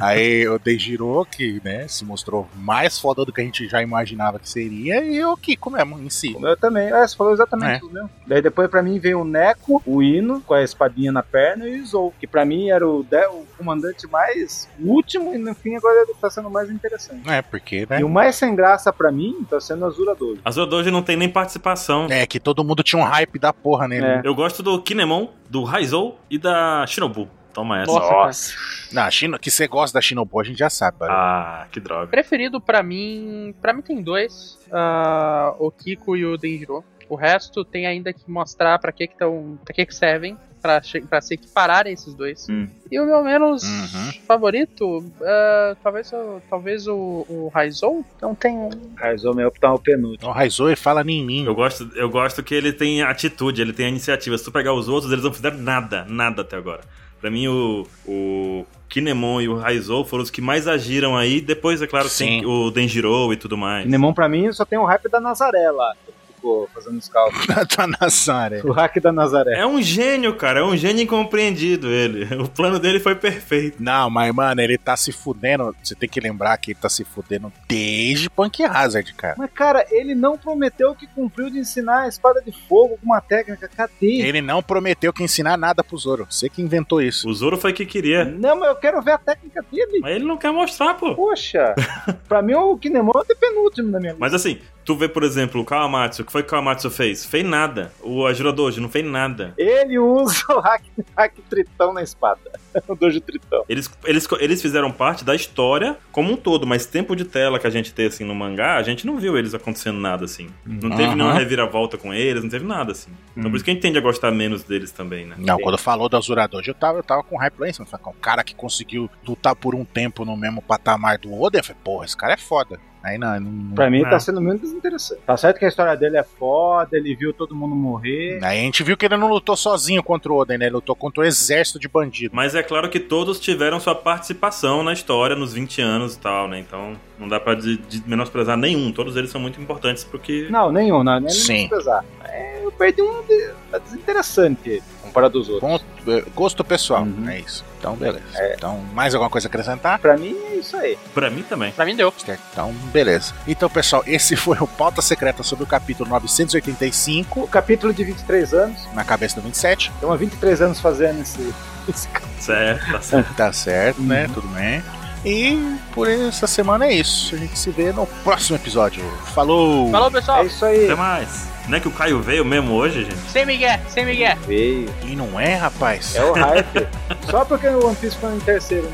Aí o Denjiro, que né, se mostrou mais foda do que a gente já imaginava que seria, e o Kiko mesmo, em si. O meu também. É, você falou exatamente o meu. Daí depois pra mim veio o Neko, o Ino, com a espadinha na perna, e o Zou, que pra mim era o, de- o comandante mais último, e no fim agora ele tá sendo o mais interessante. É, porque, né? E o mais sem graça pra mim tá sendo a Azura 12. A Zoro Doji não tem nem participação. É, que todo mundo tinha um hype da porra nele. É. Eu gosto do Kinemon, do Raizou e da Shinobu. Toma essa. Nossa, cara. Na China, que você gosta da Shinobu, a gente já sabe, Baruco. Ah, que droga. Preferido pra mim. Pra mim tem dois: ah, o Kiko e o Denjiro. O resto tem ainda que mostrar pra que que estão. para que que servem. Pra, che- pra se equipararem esses dois. Hum. E o meu menos Uhum. favorito, ah, talvez, o- talvez o, o Raizou. Não tem um. Raizou meu tá o penúltimo. Então, Raizou e fala nem em mim. Eu gosto, eu gosto que ele tem atitude, ele tem a iniciativa. Se tu pegar os outros, eles não fizeram nada, nada até agora. Pra mim, o, o Kinemon e o Raizou foram os que mais agiram aí. Depois, é claro, Sim. tem o Denjiro e tudo mais. Kinemon pra mim só tem o hype da Nazaré lá, que ficou fazendo (laughs) os cálculos. tá (laughs) na Sara. O hack da Nazaré. É um gênio, cara. É um gênio incompreendido ele. (laughs) O plano dele foi perfeito. Não, mas, mano, ele tá se fudendo. Você tem que lembrar que ele tá se fudendo desde Punk Hazard, cara. Mas, cara, ele não prometeu que cumpriu de ensinar a espada de fogo com uma técnica. Cadê? Ele não prometeu que ensinar nada pro Zoro. Você que inventou isso. O Zoro foi que queria. Não, mas eu quero ver a técnica dele. É. Mas ele não quer mostrar, pô. Poxa, (laughs) pra mim o Kinemon é o penúltimo na minha lista. Mas assim, tu vê, por exemplo, o Kawamatsu. O que foi que o Kawamatsu fez? Fez nada. O Ajura Doji não fez nada. Ele usa o hack, hack tritão na espada. (laughs) O dojo tritão. Eles, eles, eles fizeram parte da história como um todo, mas tempo de tela que a gente tem assim no mangá, a gente não viu eles acontecendo nada assim. Não teve Aham. nenhuma reviravolta com eles, não teve nada assim. Então por isso que a gente tende a gostar menos deles também, né? Não, quando falou do Azurador, eu tava, eu tava com hype lá em cima. Eu falei, "Cara, O cara que conseguiu lutar por um tempo no mesmo patamar do Oden, eu falei, porra, esse cara é foda. Aí não, não- não- Pra mim É. tá sendo muito desinteressante. Tá certo que a história dele é foda, ele viu todo mundo morrer. Aí a gente viu que ele não lutou sozinho contra o Oden, né? Ele lutou contra o exército de bandidos. Mas é claro que todos tiveram sua participação na história nos 20 anos e tal, né? Então não dá pra de- de menosprezar nenhum. Todos eles são muito importantes porque. Não, nenhum, não, nem Sim. Sim. pesar. É, eu perdi um de- tá desinteressante ele, comparado aos outros. Ponto- eh, gosto pessoal, Uhum. é isso. Então, beleza. Então, mais alguma coisa a acrescentar? Pra mim é isso aí. Pra mim também. Pra mim deu. Então, beleza. Então, pessoal, esse foi o Pauta Secreta sobre o capítulo 985, O capítulo de 23 anos. na cabeça do 27. Então há 23 anos fazendo esse. (laughs) esse capítulo. Certo, tá certo. Tá certo, né? Tudo bem. E por essa semana é isso. A gente se vê no próximo episódio. Falou! Falou, pessoal. É isso aí. Até mais. Não é que o Caio veio mesmo hoje, gente? Sem migué, sem migué. Veio. E não é, rapaz? É o hype. Só porque o One Piece foi em né? terceiro.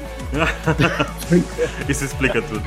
Isso explica tudo.